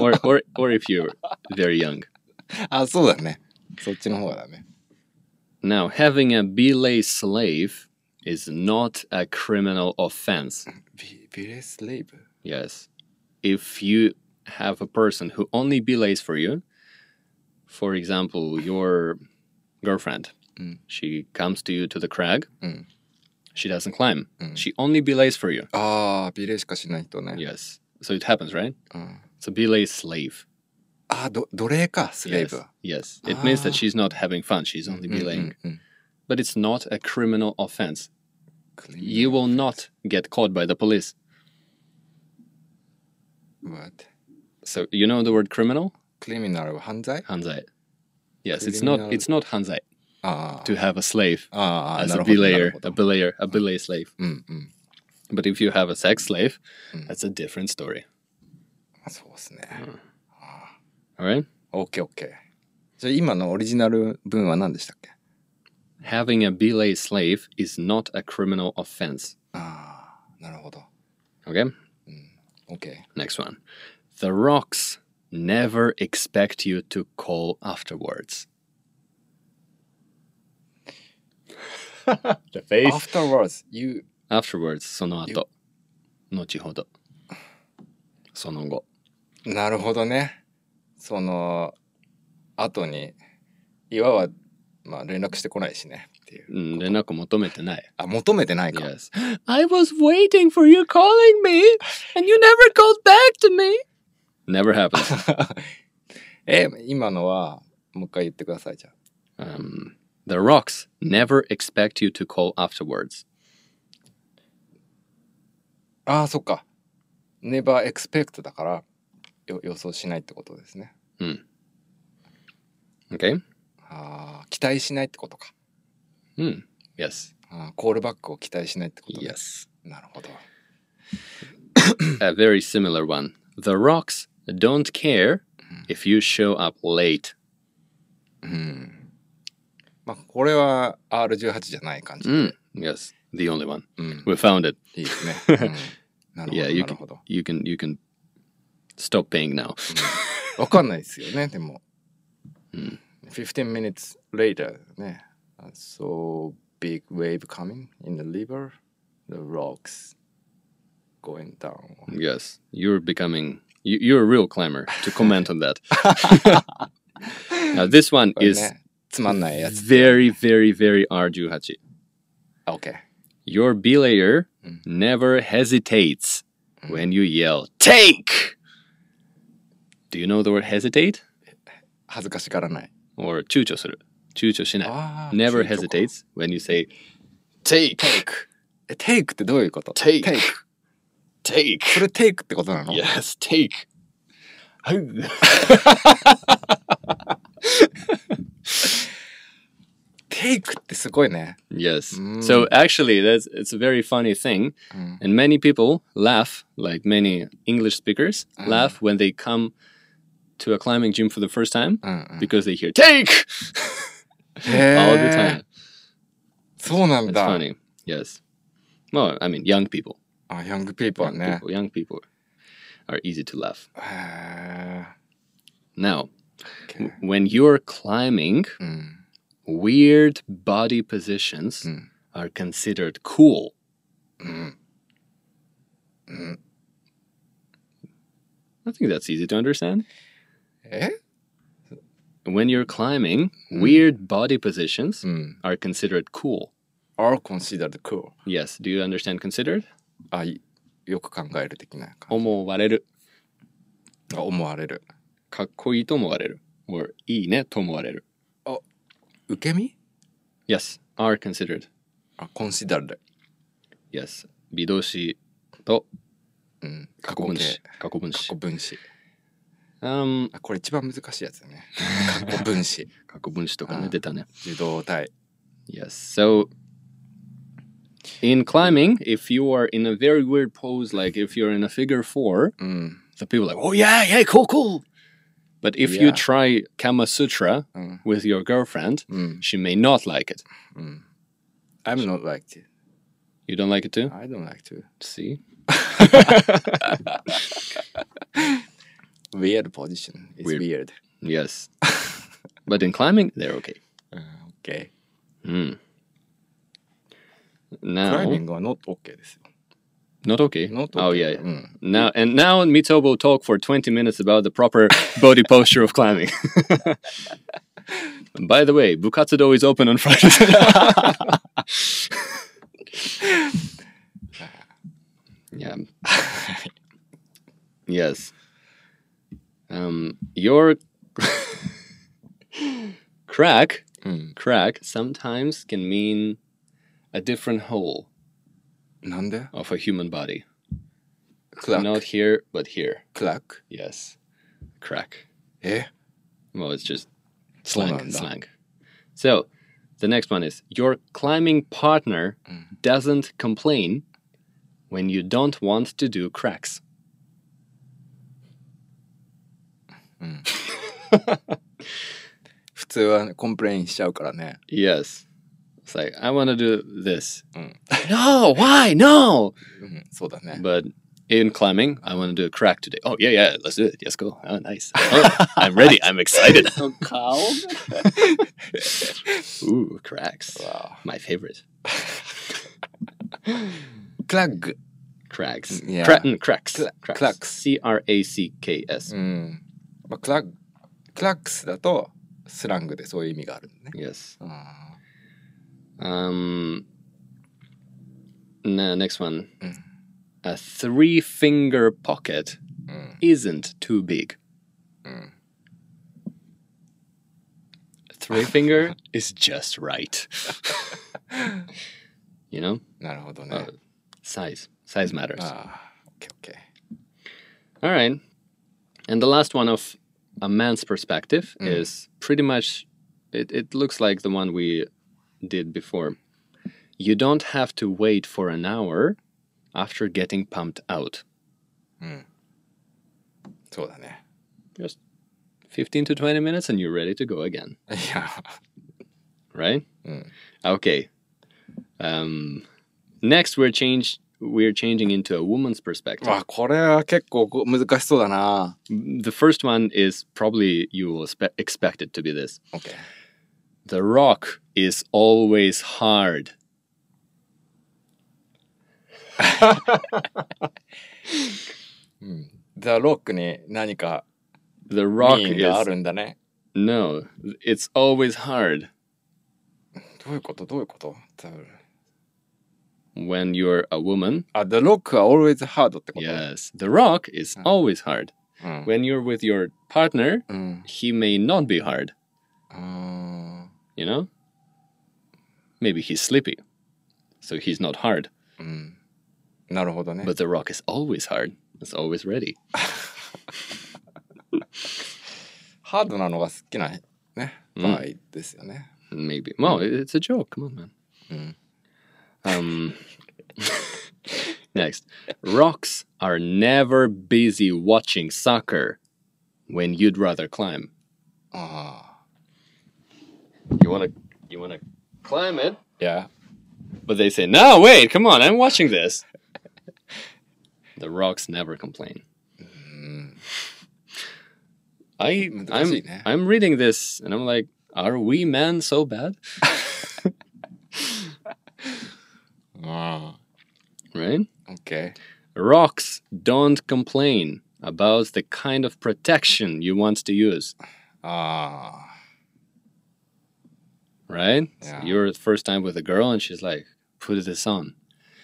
S5: or, or, or if you're very young.
S2: あそうだねそっちの方だね
S5: Now, having a belay slave is not a criminal offense.
S2: ビビレスレイブ
S5: Yes. If you have a person who only belays for you, for example, your girlfriend, she comes to you to the crag, she doesn't climb. She only belays for you.
S2: ああビレしかしない人ね
S5: Yes. So it happens, right?
S2: Mm.
S5: It's a belay slave.
S2: ああど奴隷かスレイ
S5: Yes.
S2: ブは
S5: Yes. It means that she's not having fun. She's only belaying. But it's not a criminal offense.
S2: クリ
S5: You will not get caught by the police.
S2: ーム What?
S5: So you know the word criminal?
S2: クリミナルは犯罪
S5: Hanzai. Yes, it's not
S2: Criminal- Ah,
S5: it's not hanzai
S2: あ
S5: to have a slave
S2: あああ
S5: as
S2: なる
S5: a
S2: ほどな
S5: belayer,
S2: るほ
S5: a
S2: ど
S5: belayer, a belay slave.
S2: うんうん
S5: But if you have a sex slave, that's a different story.
S2: まあそうですね
S5: All right?
S2: オッケーオッケーじゃあ今のオリジナル文は何でしたっけ
S5: Having a belay slave is not a criminal offense.
S2: ああなるほど
S5: Okay?
S2: OK
S5: Next one. The rocks never expect you to call afterwards. the face.
S2: Afterwards you
S5: Afterwards, その後。後ほど。その後。
S2: なるほどねその後に岩はまあ連絡してこないしねっていう
S5: うん、連絡求めてない。
S2: あ求めてないか
S5: Yes. I was waiting for you calling me and you never called back to me. Never happened.
S2: え今のはもう一回言ってくださいじゃあ
S5: um, the rocks never expect you to call afterwards.
S2: ああそっか never expect だからよ予想しないってことですね
S5: Okay?
S2: ああ期待しないってことか
S5: Hmm. Yes.
S2: あーコールバックを期待しないってことね
S5: Yes.
S2: なるほど
S5: a very similar one. The rocks don't care if you show up late.
S2: まあこれは R18 じゃない感じ、
S5: Mm, Yes, the only one.
S2: Mm.
S5: We found it.
S2: いいですね、うんなるほど
S5: Yeah, you
S2: な
S5: can,
S2: るほど
S5: you can you can stop paying now.
S2: わかんないですよねでも、15 minutes later ね I saw big wave coming in the river the rocks going down
S5: Yes, you're becoming you, you're a real climber. To comment on that. now this one
S2: これ
S5: is
S2: ねつまんないやつ
S5: very very very arduhachi.
S2: OK
S5: Your belayer never hesitates when you yell take. Do you know the word hesitate?
S2: 恥ずかしがらない
S5: or 躊躇する。躊躇しな
S2: あー
S5: い。Never
S2: 躊躇か
S5: hesitates when you say take,
S2: え take ってどういうこと
S5: Take
S2: take
S5: take.
S2: それ take ってことなの
S5: Yes, take. はい
S2: take ってすごいね
S5: yes.
S2: Mm.
S5: So actually, that's it's a very funny thing, and many people laugh, like many English speakers
S2: Mm.
S5: laugh when they come to a climbing gym for the first time
S2: Mm,
S5: because they hear take
S2: へえ
S5: all the time.
S2: そうなん
S5: It's
S2: だ
S5: funny. Yes. Well, I mean, young people.
S2: あヤングピーポー
S5: Young
S2: ね
S5: people, young people are easy to laugh.
S2: へー
S5: Now, w- when you're climbing, weird body positions are considered cool. Hmm. I think that's easy to understand.
S2: え
S5: When you're climbing, weird body positions
S2: Hmm.
S5: are considered cool.
S2: are considered cool
S5: Yes, do you understand considered?
S2: あいよく考える的な感
S5: 思われる。
S2: じが思われる
S5: かっこいいと思われる。or いいねと思われる。
S2: 受け身
S5: Yes, are considered.
S2: あ considered
S5: Yes, 美動詞と
S2: うん
S5: 過去分詞。過去分
S2: 過
S5: 詞
S2: 去。分詞
S5: Um,
S2: あこれ一番難しいやつだね過去分 詞
S5: 過去分詞とかね、
S2: うん
S5: 出たね。
S2: 受動体
S5: Yes. So, in climbing, if you are in a very weird pose, like if you're in a figure four,
S2: うん
S5: the people are like, oh, yeah, yeah, cool, cool. But if you
S2: Yeah.
S5: try Kama Sutra
S2: Mm.
S5: with your girlfriend, she may not like it.
S2: I'm not like to
S5: You don't like it too?
S2: I don't like to
S5: See?
S2: weird position is
S5: Weird.
S2: weird,
S5: Yes. but in climbing, they're okay.
S2: okay
S5: Mm.
S2: クライ
S5: Now,
S2: ミングは not OK ですよ。
S5: not okay.
S2: Not
S5: Oh
S2: okay.
S5: yeah. yeah.
S2: Mm.
S5: Now and now, Mitobo talk for twenty minutes about the proper body posture of climbing. By the way, Bukatsudo is open on Fridays. yeah. yes. Um, your crack,
S2: Mm.
S5: crack sometimes can mean a different hole
S2: なんで
S5: of a human body.
S2: クラック。
S5: Not here, but here.
S2: クラック
S5: Yes. Crack.
S2: え
S5: Well, it's just
S2: そうな
S5: slang.
S2: んだ。
S5: Slang. So, the next one is your climbing partner
S2: Mm.
S5: doesn't complain when you don't want to do cracks.
S2: Mm. 普通はねコンプレインしちゃうからね。
S5: Yes. It's like, I want to do this.
S2: Mm.
S5: no, why? No.
S2: うん、そうだね。
S5: But in climbing, I want to do a crack today. Oh, yeah, yeah, let's do it. Yes, go. Oh, nice. Oh, I'm ready. I'm excited. so calm. Ooh, cracks.
S2: Wow.
S5: My favorite.
S2: クラッグ。
S5: Cracks.
S2: Yeah.
S5: Cra- mm, cracks.
S2: Cla-
S5: cracks.
S2: clacks.
S5: C R A C K S.
S2: うん。まあ、クラッグ。クラックスだとスラングでそういう意味があるんだね。
S5: Yes.
S2: うん。
S5: Um. No, next one.
S2: Mm.
S5: A three finger pocket isn't too big.
S2: Mm.
S5: Three finger is just right. you know,
S2: なるほどね
S5: uh,。size size matters.
S2: ああ、オッケーオッケー。
S5: All right. And the last one of a man's perspective is pretty much it, it looks like the one we did before. You don't have to wait for an hour after getting pumped out.
S2: そうだね。
S5: Just 15 to 20 minutes and you're ready to go again,
S2: い や、
S5: right?
S2: Mm.
S5: Okay. Um, next we're change we're changing into a woman's perspective.
S2: わあ、これは結構こ難しそうだな。
S5: The first one is probably you will spe- expect it to be this.
S2: OK。
S5: The rock is always hard.
S2: ザ・ロックに何か
S5: The
S2: ミ
S5: rock
S2: ーンがあ
S5: is
S2: るんだね。
S5: no. It's always hard
S2: どういうことどういうことザ
S5: when you're a woman.
S2: あ、The Rock は always hard ってこと、
S5: Yes, the rock is always hard
S2: うん。
S5: when you're with your partner.
S2: うん。
S5: He may not be hard.
S2: あ
S5: You know. Maybe he's sleepy, so he's not hard.
S2: ーうん。なるほどね。
S5: But the rock is always hard. It's always ready.
S2: ハードなのが好きなね、場合ですよね。
S5: Maybe. Well, it's a joke. Come on, man. Um. next, rocks are never busy watching soccer when you'd rather climb.
S2: あ
S5: Ah. You wanna, you wanna climb it,
S2: あ。いや、
S5: but they say, "No, wait, come on, I'm watching this." the rocks never complain. Hmm. I, I'm,
S2: Fantastic,
S5: I'm reading this, and I'm like, "Are we men so bad?"
S2: あ
S5: Right?
S2: あ。OK。
S5: Rocks don't complain about the kind of protection you want to use,
S2: あ
S5: right?
S2: Yeah.
S5: So you're the first time with a girl and she's like, put this on.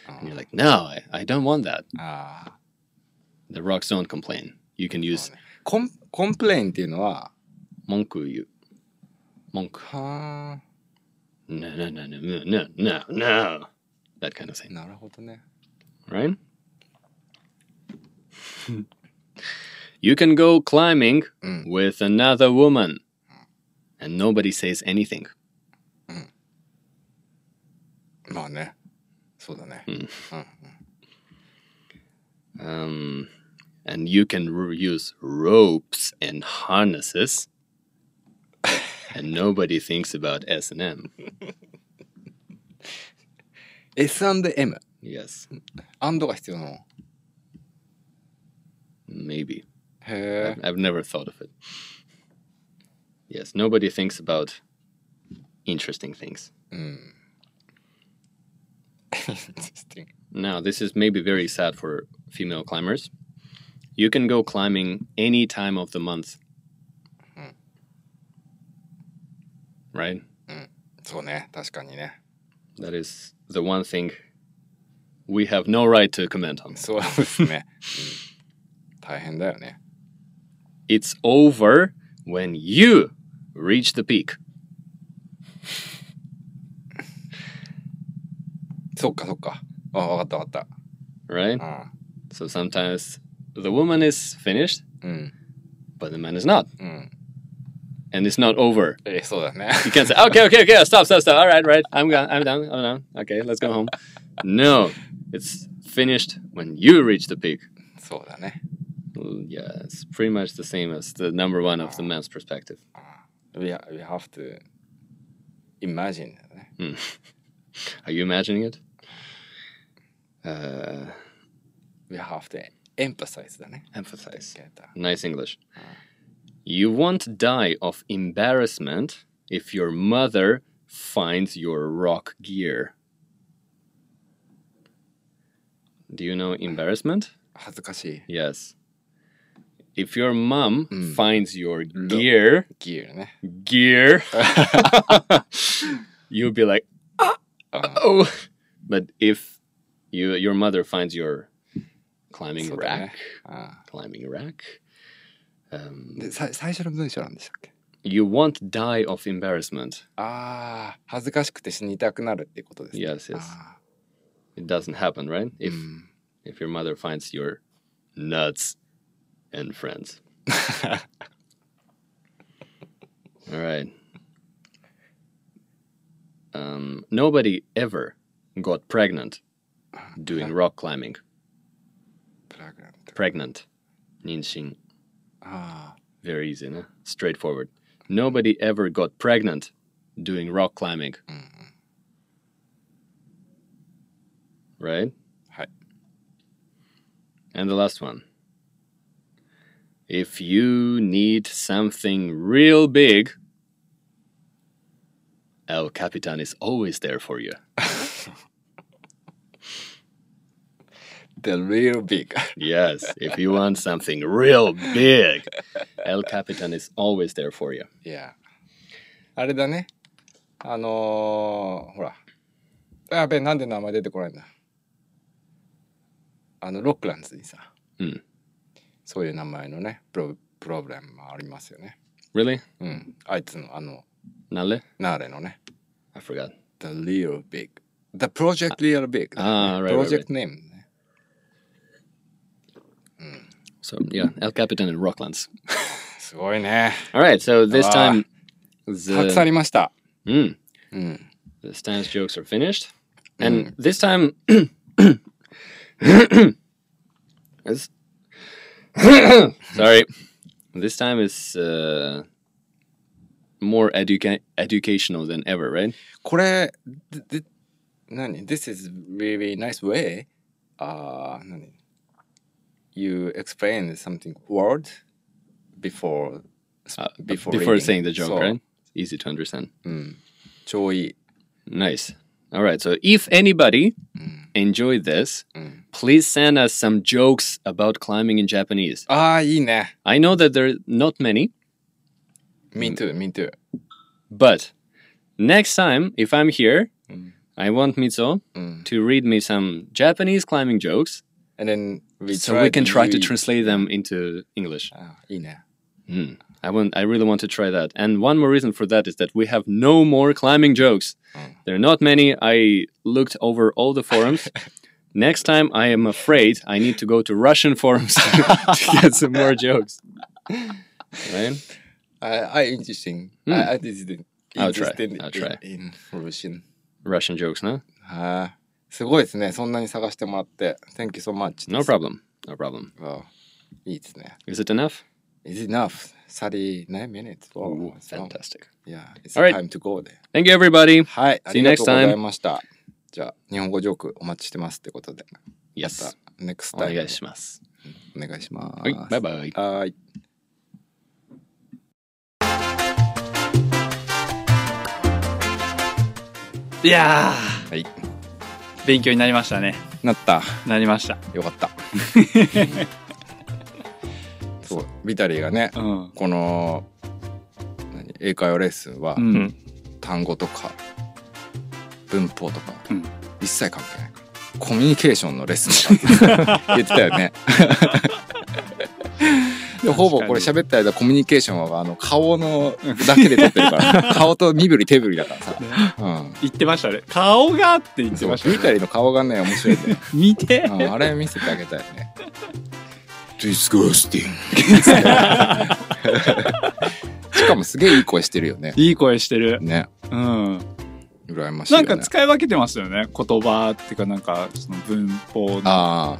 S5: And you're like, no, I, I don't want that.
S2: あ。ああ。
S5: The rocks don't complain. You can use
S2: コンコンプレインっていうのは、
S5: monku you. Monk.
S2: は
S5: No, no, no, no, no, no, no, no. That kind of
S2: あ。
S5: thing,
S2: なるほどね。
S5: right? you can go climbing
S2: Mm.
S5: with another woman and nobody says anything.
S2: まあね。そうだね。
S5: Um, and you can r- use ropes and harnesses. and nobody thinks about S and M.
S2: S&M。
S5: Yes,
S2: アンドが必要なの。へ
S5: maybe.
S2: え。
S5: I've never thought of it. Yes, nobody thinks about interesting things.
S2: うん Interesting.
S5: Now, this is maybe very sad for female climbers. You can go climbing any time of the month. Right?
S2: そうね確かにね
S5: That is the one thing we have no right to comment on.
S2: そうですね、うん大変だよね
S5: It's over when you reach the peak.
S2: そっかそっかあ分かった分かっ
S5: Right?
S2: た
S5: So sometimes the woman is finished,
S2: うんうん、
S5: but the man is not.
S2: Mm.
S5: And it's not over.
S2: えーそうだね
S5: You can't say, okay, okay, okay, stop, stop, stop. All right, right. I'm gone. I'm done. I'm done. Okay, let's go home. No, it's finished when you reach the peak.
S2: そうだね
S5: Well, Yeah, it's pretty much the same as the number one of the man's perspective.
S2: we, ha- we have to imagine だね
S5: Are you imagining it? Uh,
S2: we have to emphasize だね
S5: emphasize.
S2: Get that.
S5: Nice English. You won't die of embarrassment if your mother finds your rock gear. Do you know embarrassment?
S2: 恥ずかしい
S5: Yes. If your mom finds your gear,
S2: ギールね
S5: gear, you'll be like, ah, oh. But if you your mother finds your climbing
S2: そうだ
S5: rack,
S2: ねあ
S5: climbing rack, um,
S2: ーでさ最初の文章なんでしたっけ
S5: you won't die of embarrassment.
S2: ああ恥ずかしくて死にたくなるってことですね
S5: Yes, yes.
S2: あ
S5: It doesn't happen, right? If
S2: ーうん、
S5: if your mother finds your nuts and friends. All right. Um, nobody ever got pregnant doing rock climbing.
S2: プラグラムと
S5: Pregnant. Ninshin.
S2: あ
S5: Very easy, no? Straightforward. Nobody ever got pregnant doing rock climbing. Right?
S2: Hi.
S5: And the last one. If you need something real big, El Capitan is always there for you.
S2: あ The real big
S5: Yes, if you want something real big, El Capitan is always there for you.
S2: いやあれだねあのー、ほらやべえなんで名前出てこないんだあのロックランズにさ、
S5: うん、
S2: そういう名前のねプロプロブレムもありますよね
S5: Really?
S2: うんあいつのあの
S5: Nalle?
S2: ナーレのね
S5: I forgot.
S2: The Real Big The Project Real Big
S5: ああ
S2: プ
S5: Ah, right, right,
S2: ロジェクトネームね
S5: So yeah, El Capitan and Rocklands.
S2: すごいね
S5: All right, so this
S2: Ah.
S5: time
S2: たくさんあ
S5: the
S2: りました
S5: mm,
S2: うん、
S5: the Stan's jokes are finished, and this time It's- sorry, this time is uh, more educa- educational than ever, right?
S2: これでで何 This is really nice way あー何 You explain something word before
S5: Uh,
S2: Before
S5: before
S2: reading.
S5: saying the joke,
S2: So-
S5: right? Easy to understand.
S2: ちょういい
S5: Nice. All right. So if anybody
S2: Mm.
S5: enjoyed this, please send us some jokes about climbing in Japanese.
S2: あ Ah, あいいね
S5: I know that there are not many,
S2: Me too me too
S5: but next time if I'm here,
S2: Mm.
S5: I want Mitsuo to read me some Japanese climbing jokes
S2: and then we
S5: so we can try to
S2: use-
S5: translate them into English.
S2: あーいいね
S5: I want I really want to try that. And one more reason for that is that we have no more climbing jokes.
S2: Mm.
S5: There are not many. I looked over all the forums. Next time I am afraid I need to go to Russian forums to get some more jokes. Right?
S2: I, I interesting、
S5: Mm.
S2: I, I didn't
S5: I'll try.
S2: interested
S5: I'll try.
S2: in, in Russian
S5: Russian jokes, no?
S2: はいすごいですねそんなに探してもらって Thank you so much
S5: No problem. No problem.
S2: わあいいですね
S5: Is it enough?
S2: Is enough 39 minutes Wow, it's long.
S5: fantastic.
S2: Yeah, it's
S5: Alright.
S2: time to go there.
S5: Thank you everybody.
S2: はい、あ
S5: See
S2: り
S5: you
S2: がとう
S5: next
S2: ご
S5: time.
S2: ざいました。じゃあ、日本語ジョークお待ちしてますってことで、ま
S5: Yes.
S2: た next time
S5: お願いします。
S2: お願いします。
S5: はいバイバイ
S2: はー
S1: い
S2: い。
S1: や
S2: はい
S1: ー勉強になりましたね
S2: なった
S1: なりました
S2: よか ったそうビタリーがね
S1: うん
S2: この何英会話レッスンは、
S1: うん、
S3: うん
S2: 単語とか文法とか、
S1: うん
S2: 一切関係ないからコミュニケーションのレッスンだって言ってたよ ねでもほぼこれ喋ってる間コミュニケーションはあの顔のだけで取ってるか ら顔と身振り手振りだからさ、うん
S1: 言ってましたね顔がって言って
S2: そう
S1: ましたね
S2: ビタリーの顔がね面白いんだよ、
S1: 見て
S2: うんあれ見せてあげたいね Disgusting しかもすげえいい声してるよね
S1: いい声してる
S2: ね
S1: うん
S2: 羨ましいよ
S1: なん
S2: ね
S1: か使い分けてますよね言葉っていうかなんかその文法の
S2: あ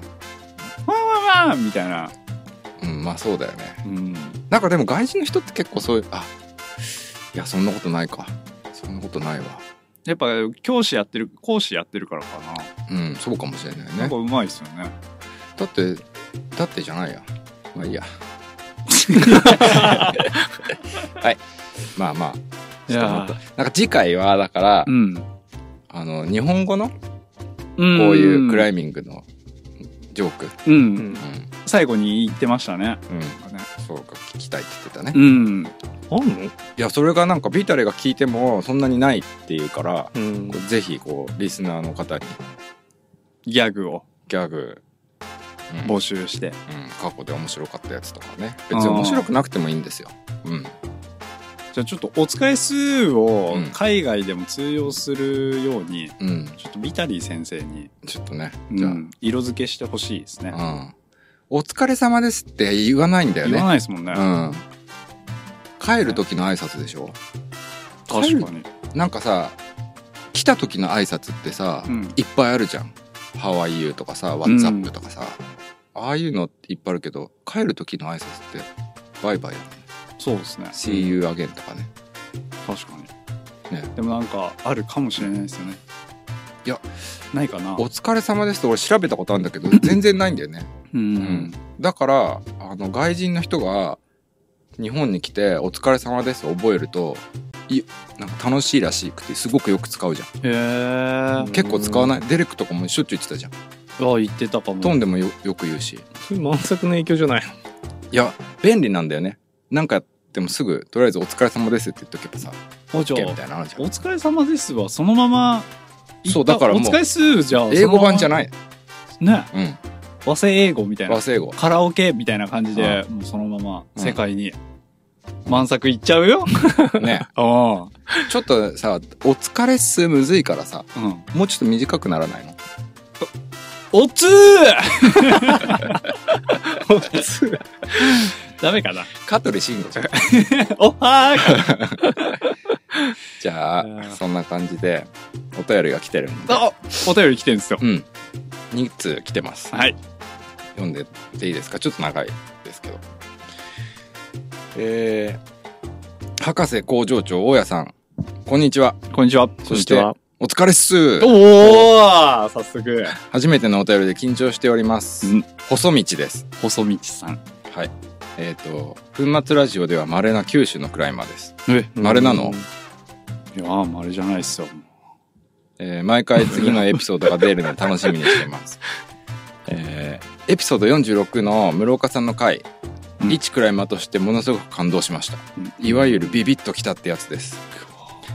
S1: わんわんわんみたいな
S2: あうんまあそうだよね
S1: うん
S2: なんかでも外人の人って結構そういうあいやそんなことないかそんなことないわ
S1: やっぱ教師やってる講師やってるからかな
S2: うんそうかもしれな
S1: な
S2: い
S1: ん
S2: ね
S1: かうまいですよね
S2: だってだってじゃないやまあい いやはいまあまあ
S1: い
S2: ちょっと
S1: や
S2: またなんか次回はだから、
S1: うん
S2: あの日本語のこ
S1: こう
S2: ういうクラ
S1: い、
S2: イミングのジョーク、
S1: うん
S3: うん
S1: 最後に言ってましたね
S2: うんそうか聞きたいって言ってたね、
S1: う
S2: い
S1: ん
S3: あんの
S2: やそれがなんかビータレが聞いてもそんなにないっていうから、
S3: うん
S2: こうぜひこうリスナーの方に
S1: ギャグを
S2: ギャグ、うん
S1: 募集して
S2: うん、過去で面白かったやつとかね別に面白くなくてもいいんですよ、うん、
S1: じゃあちょっとお使い数を
S2: うん
S1: 海外でも通用するように、
S2: うん、
S1: ちょっとビタリー先生に、
S2: ちょっとね
S1: じ
S2: じ
S1: ゃ
S2: ゃ
S1: あ
S2: あ、
S1: 色付けしてほしいですね
S2: うん、お疲れ様ですって言わないんだよ
S1: 言わ
S2: ね
S1: ないですもんね、
S2: うん帰る時の挨拶でしょ
S1: 確かに
S2: なんかさ来た時の挨拶ってさ、
S1: うん
S2: いっぱいあるじゃん「ハワイユー」とかさ「ワッツアップ」とかさ、ああいうのっていっぱいあるけど帰る時の挨拶ってバイバイだもんね
S1: そうですね
S2: See you again とかね
S1: 確かに、
S2: ね
S1: でもなんかあるかもしれないですよね
S2: いや
S1: ないかな
S2: 「お疲れ様です」って俺調べたことあるんだけど全然ないんだよね
S1: うん、
S2: んだからあの外人の人が日本に来て「お疲れ様です」を覚えるといなんか楽しいらしくてすごくよく使うじゃん、
S1: へえ
S2: 結構使わないデレックとかもしょっちゅう言ってたじゃん、
S1: あ言ってたかも
S2: トーンでもよよく言うし
S3: それ満作の影響じゃない
S2: いや便利なんだよねなんかでもすぐとりあえず「お疲れ様です」って言っとけばさ「
S1: あじゃ
S2: OK」み
S1: あ
S2: たいなのあるじゃ
S1: お
S2: ん
S1: 疲れ様ですはそのまま言った
S2: そうだからもう
S1: お疲れ数じゃあ
S2: 英語版じゃ
S1: い
S2: ない、
S1: ね
S2: うん、
S1: 和製英語みたいな
S2: 和製 英語
S1: カラオケみたいな感じでもうそのまま世界に満作いっちゃう よ
S2: ね
S1: あ
S2: ちょっとさ「お疲れっす」むずいからさ
S1: あうん
S2: もうちょっと短くならないの
S1: おつー おつーダメかな
S2: 香取慎吾 じゃん
S1: おはー
S2: じゃあそんな感じでお便りが来てるので
S1: あ お便り来てるんですよ
S2: うん。2通来てます。
S1: はい
S2: 読んでっていいですかちょっと長いですけど。えー、博士工場長大家さん、こんにちは。
S1: こんにちは
S2: そして、お疲れっす。
S1: おお早速
S2: 初めてのお便りで緊張しております。
S1: うん
S2: 細道です。
S1: 細道さん
S2: はい。えっ、と、粉末ラジオでは稀な九州のクライマーです。
S1: え
S2: 稀なの、
S1: いやーまるじゃないっすよ
S2: えー毎回次のエピソードが出るのを楽しみにして います。えーエピソード46の室岡さんの回、
S1: うん
S2: 一クライマーとしてものすごく感動しました。いわゆるビビッときたってやつです。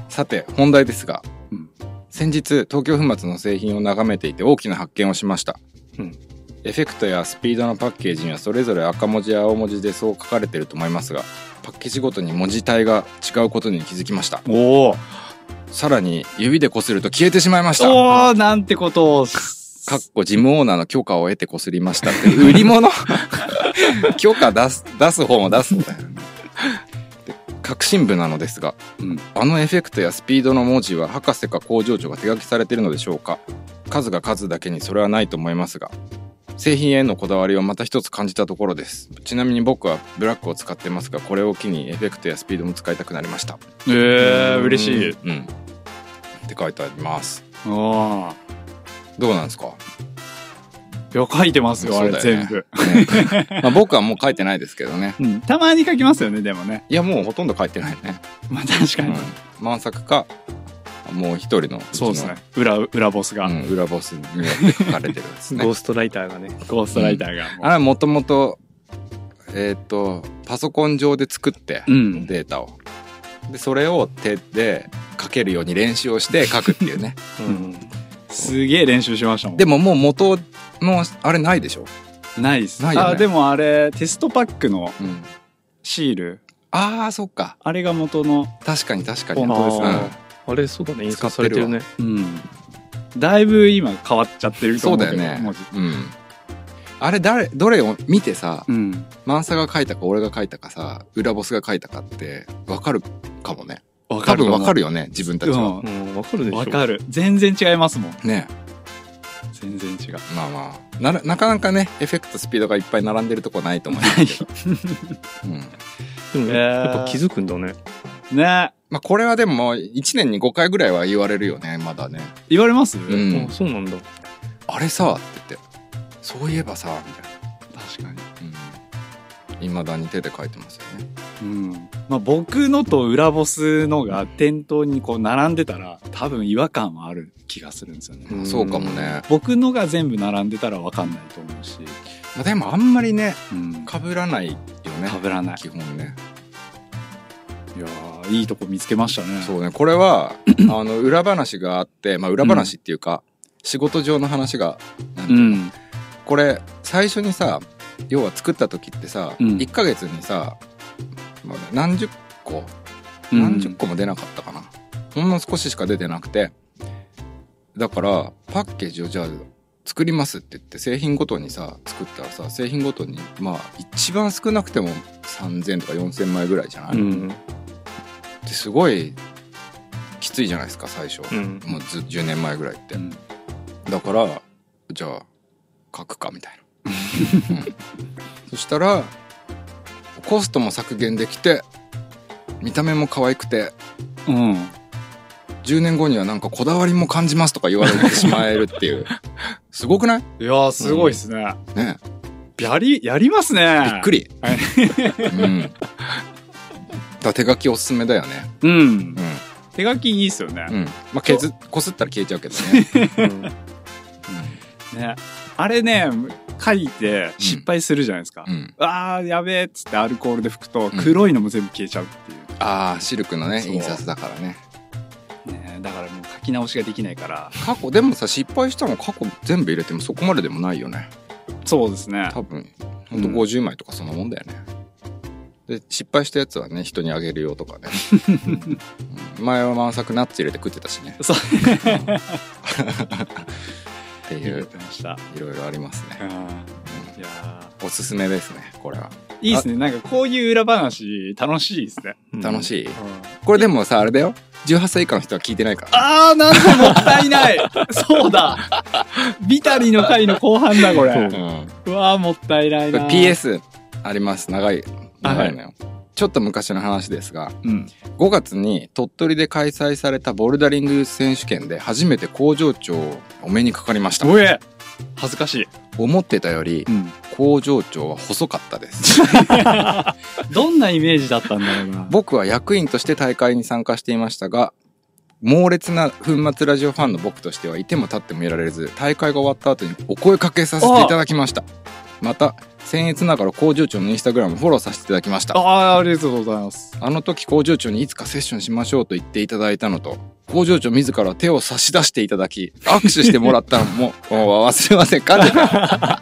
S2: さて、本題ですが、
S1: うん
S2: 先日東京粉末の製品を眺めていて大きな発見をしました。
S3: うん
S2: エフェクトやスピードのパッケージにはそれぞれ赤文字や青文字でそう書かれていると思いますが、パッケージごとに文字体が違うことに気づきました。
S1: おお
S2: さらに指で擦ると消えてしまいました。
S1: おおなんてことを
S2: かっこジムオーナーの許可を得てこすりましたって売り物許可出す出す方も出すんだよねで革新部なのですが、
S1: うん
S2: あのエフェクトやスピードの文字は博士か工場長が手書きされているのでしょうか数が数だけにそれはないと思いますが製品へのこだわりをまた一つ感じたところですちなみに僕はブラックを使ってますがこれを機にエフェクトやスピードも使いたくなりました
S1: えー、嬉しい
S2: うんって書いてあります
S1: ああ
S2: どうなんですか
S1: いや書いてますよあれ
S2: そうだ
S1: 全
S2: よね
S1: 部、
S2: ねまあ僕はもう書いてないですけどね
S1: うん、たまに書きますよねでもね
S2: いやもうほとんど書いてないね、
S1: まあ確かに、
S2: うん満作かもう一人の
S1: そうですね裏裏ボスが、
S2: うん裏ボスによって書かれてるんです ね
S3: ゴーストライターがね
S1: ゴーストライターがも
S2: あれはもともと、えっ、と、パソコン上で作って、
S1: う、うん、
S2: データを。で、それを手で書けるように練習をして書くっていうね。
S3: うん
S1: すげえ練習しましたもん
S2: でももう元の、あれないでしょ
S1: ないです
S2: ないよね
S1: あでもあれテストパックの
S2: うん。
S1: シール
S2: ああ、そっか。
S1: あれが元の
S2: 確かに確かに。
S1: 本当ですね
S2: うん
S3: あれそうだね印刷されてるね
S1: うんだいぶ今変わっちゃってると
S2: そ
S1: 思
S2: う
S1: うけど
S2: だよね
S1: 文字。
S2: うん。あれ誰、どれを見てさ、
S1: うん
S2: マンサが書いたか俺が書いたかさ、裏ボスが書いたかって、わかるかもね。
S1: わ
S2: 多分わか
S1: る
S2: るよね、自分たち
S1: う
S2: は。
S1: ん
S3: うんわかるでしょ
S1: わかる全然違いますもん
S2: ね
S1: 全然違う
S2: まあまあならなかなかねエフェクトスピードがいっぱい並んでるとこないと思いますけど、 う
S1: え
S2: ん
S3: でも
S1: ー
S3: やっぱ気づくんだね
S1: ね
S2: まあ、これはでも1年に5回ぐらいは言われるよねまだね、
S1: 言われます、
S2: うん
S3: あそうなんだ
S2: あれさって言ってそういえばさみ
S1: 確かに
S2: たいないま、未だに手で書いてますよね
S1: うんまあ僕のと裏ボスのが店頭にこう並んでたら多分違和感はある気がするんですよね、
S2: まあそうかもね、
S1: 僕のが全部並んでたらわかんないと思うし、
S2: まあ、でもあんまりね
S1: うん、
S2: 被らないよね
S1: 被らない
S2: 基本ね
S1: いやーいいとこ見つけましたね
S2: そうねこれ はあの裏話があって、まあ、裏話っていうか、仕事上の話がなんて
S1: う
S2: いうの
S1: ん
S2: これ最初にさ要は作った時ってさ、
S1: うん
S2: 1ヶ月にさ、まあ何十個
S1: うん
S2: 何十個も出なかったかな、ほんの少ししか出てなくてだからパッケージをじゃあ作りますって言って製品ごとにさ作ったらさ製品ごとにまあ一番少なくても3,000とか4,000枚ぐらいじゃない、
S3: う
S2: っ
S3: ん
S2: てすごいきついじゃないですか最初、
S3: うん
S2: もうず10年前ぐらいって、
S1: うん
S2: だからじゃあ書くかみたい な、うんそしたらコストも削減できて見た目も可愛くて
S1: うん
S2: 10年後にはなんかこだわりも感じますとか言われてしまえるって いうすごくない
S1: いやーすごいですね、
S2: ね
S1: やりやりますね
S2: びっく
S1: り
S2: り、うん、だから手書きおすすめだよね
S1: うん
S2: うん
S1: 手書きいいっすよね、
S2: うんまあ削っこすったら消えちゃうけど ね、
S1: ねあれね書いて失敗するじゃないですか、
S2: うんうん、
S1: あーやべえっつってアルコールで拭くと黒いのも全部消えちゃうっていう、
S2: ああシルクのね
S1: そう
S2: 印刷だからね
S1: ね、だからもう書き直しができないから
S2: 過去でもさ失敗したの過去全部入れてもそこまででもないよね
S1: そうですね
S2: 多分ほんと50枚とかそんなもんだよね、で失敗したやつはね人にあげるよと かね、うん前は満作ナッツ入れて食ってたしね
S1: そう
S2: ってい
S1: 言っ
S2: う
S1: てました
S2: いろいろあります
S1: う
S2: ね
S1: んいや
S2: おすすめですねこれは
S1: ーいいですねなんかこういう裏話楽しいですね、
S2: 楽しい、
S1: うん
S2: これでもさあれだよ18歳以下の人は聞いてないから
S1: あーなんてもったいない そうだビタリの回の後半だこれ
S2: う、ん、こ
S1: うわーもったいない
S2: れ
S1: な
S2: PS あります長い
S1: あ
S2: 長いのよ、ちょっと昔の話ですが
S1: うん
S2: 5月に鳥取で開催されたボルダリング選手権で初めて工場長をお目にかかりました
S1: おえ恥ずかしい、
S2: 思ってたより
S1: うん、
S2: 工場長は細かったです
S1: どんなイメージだったんだろうな
S2: 僕は役員として大会に参加していましたが猛烈な粉末ラジオファンの僕としてはいても立ってもいられず大会が終わった後にお声かけさせていただきましたまた僭越ながら工場長のインスタグラムフォローさせていただきまし た
S1: あーありがとうございます
S2: あの時工場長にいつかセッションしましょうと言っていただいたのと、工場長自ら手を差し出していただき、握手してもらったの も、もう忘れませんか、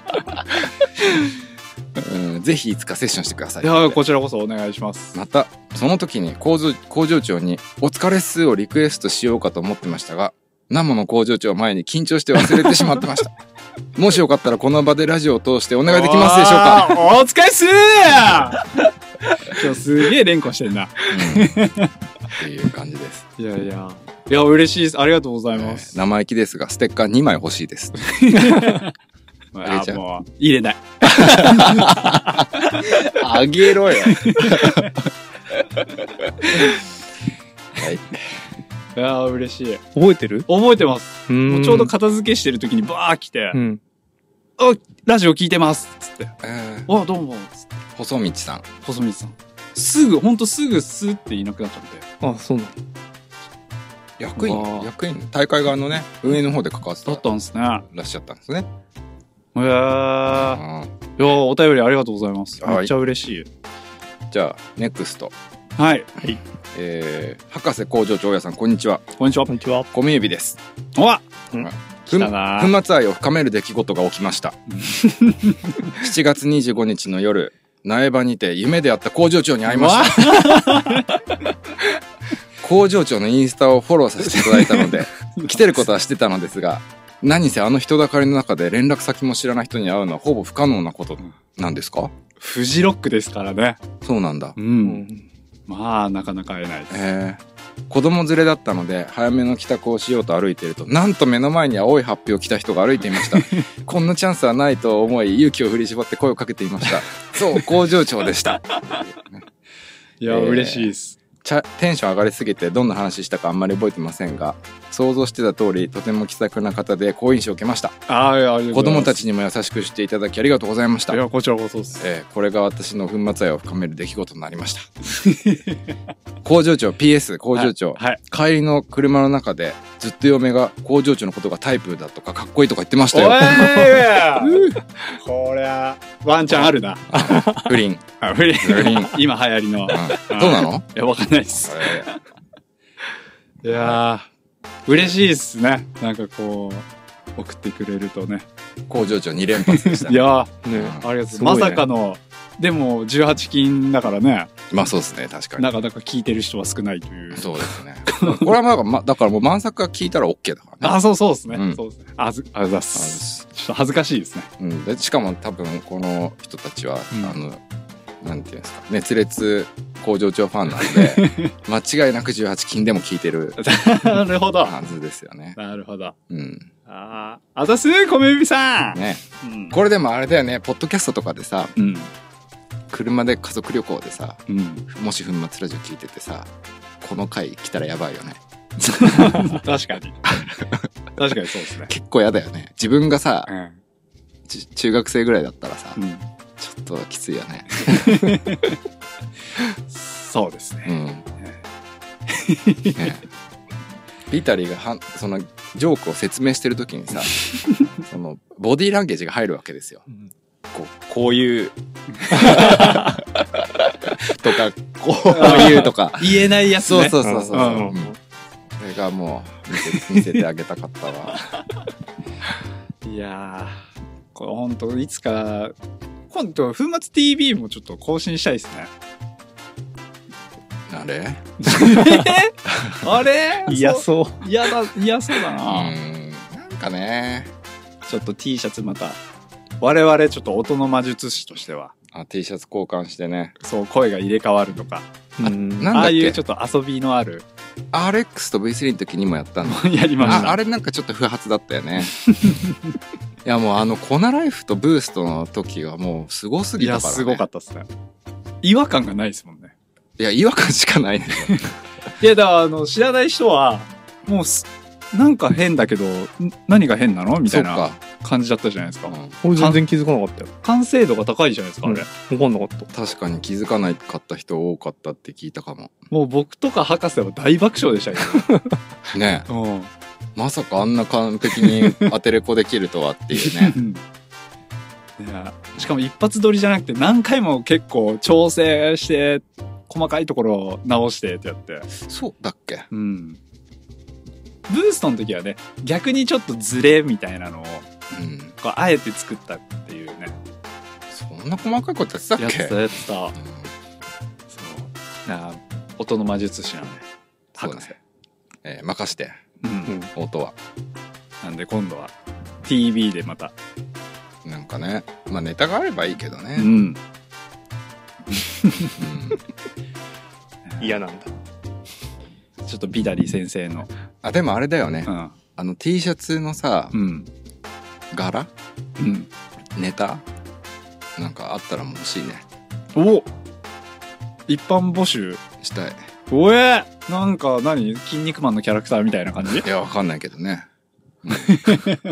S2: うん、ぜひいつかセッションしてください。
S1: いやーこちらこそお願いします
S2: また、その時に工場工場長にお疲れっすをリクエストしようかと思ってましたが、生の工場長を前に緊張して忘れてしまって ました。もしよかったらこの場でラジオを通してお願いできますでしょうか
S1: あーお疲れっすー 今日すげえ連呼してんな
S2: っていう感じです。
S1: いやいやいや嬉しいですありがとうございま
S2: え
S1: す、
S2: ー生意気ですが、ステッカー2枚欲しいです。
S1: あ
S2: 入れちゃう
S1: ーもう入れない
S2: あげろよ。はい。
S1: いやー嬉しい
S3: 覚えてる
S1: 覚えてますも
S3: も
S1: うちょうど片付けしてる時にバー来て
S3: う、ん
S1: おラジオ聞いてますっつって
S2: えー
S1: あ、どうも、
S2: 細道さん。
S1: 細光さん。すぐ、ほんとすぐスーっていなくなっちゃって。
S3: あそうな
S2: 役員
S1: わあ
S2: 役員大会側のね運営の方で関わって
S1: だ
S2: た
S1: ったんですね。へ
S2: らっしゃったんですね
S1: え。いや
S2: あ
S1: ーお便りありがとうございます。
S2: はい
S1: めっちゃ嬉しい。
S2: ーじゃあネクスト、
S1: はい。
S2: えー、博士工場長也さんこんにちは
S1: こんにちは
S3: こ。んにちは。
S2: ゴミ指です
S1: おわ
S2: ふん
S1: 来たな
S2: 粉末愛を深める出来事が起きました 7月25日の夜苗場にて夢であった工場長に会いました 工場長のインスタをフォローさせていただいた ので来てることはしてたのですが何せあの人だかりの中で連絡先も知らない人に会うのはほぼ不可能なことなんですか
S1: フジロックですからね。
S2: そうなんだ
S1: うん。まあ、なかなか会えないです。
S2: えー子供連れだったので早めの帰宅をしようと歩いているとなんと目の前に青いハッピーを着た人が歩いていました こんなチャンスはないと思い勇気を振り絞って声をかけていましたそう工場長でした
S1: いや、
S2: えー
S1: 嬉しいです。
S2: ちゃテンション上がりすぎてどんな話したかあんまり覚えてませんが想像してた通りとても気さくな方で好印象を受けました
S1: ああ、いや、ありがと
S2: 子
S1: うござい
S2: 供
S1: ます
S2: たちにも優しくしていただきありがとうございました
S1: いや、こちらこそです。
S2: えーこれが私の粉末愛を深める出来事になりました工場長 PS 工場長、
S1: はい。
S2: 帰りの車の中でずっと嫁が工場長のことがタイプだとかかっこいいとか言って ましたよ。
S1: おいこりゃ、ワンチャンあるな。
S2: 不倫。
S1: あ不倫
S2: 不倫。
S1: 今流行りの。
S2: うんどうな の
S1: いや、わかんないです。
S2: え
S1: いやー、嬉しいっすね。なんかこう、送ってくれるとね。
S2: ー工場長2連発でした
S1: い
S2: ね。
S1: やー、あ
S3: ね
S1: りがとうございます。
S3: すごい
S1: ま
S3: ね
S1: さかの、でも18金だからね、
S2: まあそうですね、確か
S1: な
S2: に。
S1: かなか聞いてる人は少ないという。
S2: そうですね。これはまあ、ま、だからもう満作が聞いたら OK だからね。
S1: あ、そうそうですね。
S2: うん
S1: そうですね。あず、ありがとうございま
S2: あ
S1: す。ちょっと恥ずかしい ですね。
S2: うん、でしかも多分この人たちは、
S1: うん
S2: あの、なんていうんですか、熱烈工場長ファンなん で、間違いなく18金でも聞いてる
S1: なるほど。
S2: はずですよね。
S1: なるほど。
S2: うん。
S1: あーあざすー、米指さん、
S2: ね。
S1: うん
S2: これでもあれだよね、ポッドキャストとかでさ、
S1: うん。
S2: 車で家族旅行でさ、
S1: うん。
S2: もし粉末ラジオ聞いててさこの回来たらやばいよね
S1: 確かに。確かにそうですね。
S2: 結構やだよね自分がさ
S1: うん。
S2: ち中学生ぐらいだったらさ、
S1: うん。
S2: ちょっときついよね
S1: そうですね。
S2: うんねビタリーがはんそのジョークを説明してる 時にさそのボディーランゲージが入るわけですよ、こうこ ういうとかこういうとか
S1: 言えないやつ
S2: そう
S1: ね。
S2: そうそうそう、
S1: うんうん
S2: うんそれがもう見せ見せてあげたかっ たわ
S1: いやー、これほんと、いつか、今度、粉末 TV もちょっと更新したいですね。
S2: あれ
S1: あれ
S3: いや、
S1: そう
S3: そう。
S1: 嫌だ、嫌そうだ
S2: う
S1: な、
S2: んなんかね
S1: ちょっと T シャツまた。我々ちょっと音の魔術師としては、
S2: あ T シャツ交換してね
S1: そう、声が入れ替わるとか、
S3: うん
S2: なん
S1: あ
S2: だっ
S1: あいう
S2: け
S1: ちょっと遊びのある、
S2: RX と V3 の時にもやったの
S1: やりまし
S2: あ
S1: た。
S2: あれなんかちょっと不発だったよね いやもうあのコナライフとブーストの時はもうすごす
S1: い
S2: ぎ
S1: や、
S2: たから、ね、
S1: すごか
S2: っ
S1: ったっすね。違和感がないですもんね。
S2: たいや違和感しかないね
S1: いや、だから、あの、知らない人は、もうす、なんか変だけど、ん何が変なのみた
S2: そ
S1: い
S2: っ
S1: な
S2: か、
S1: 感じだったじゃないですか。
S2: うん
S3: 俺全然気づかなかったよ。
S1: 完成度が高いじゃないですか、あれ。
S3: わかんなかった。
S2: 確かに気づかないかった人多かったって聞いたかも
S1: もう僕とか博士は大爆笑でしたけ
S2: ね
S1: ど。 うん。
S2: まさかあんな完璧にアテレコできるとはっていう ね
S1: いやしかも一発撮りじゃなくて何回も結構調整して細かいところを直してってやって
S2: そうだっけ
S1: うんブーストの時はね逆にちょっとズレみたいなのを
S2: うん
S1: こうあえて作ったっていうね
S2: そんな細かいことやってたっ
S1: やって
S2: け
S1: たやってたそう
S2: うん
S1: なあ音の魔術師なんで
S2: そう
S1: 博
S2: だ
S1: 士
S2: ねえー任して
S1: うん、
S2: 音は
S1: なんで今度は TV でまた
S2: なんかね、まあネタがあればいいけど
S1: う
S2: ね。
S1: ん
S2: うん
S3: 嫌なんだ。
S1: ちょっとビダリ先生の
S2: あ、でもあれだよね
S1: う。ん
S2: あの T シャツのさ
S1: う、ん
S2: 柄
S1: うん
S2: ネタなんかあったらもう欲しいね。
S1: お一般募集
S2: したい。
S1: おえなんか何筋肉マンのキャラクターみたいな 感じ
S2: いや、わかんないけどね。 うんまあ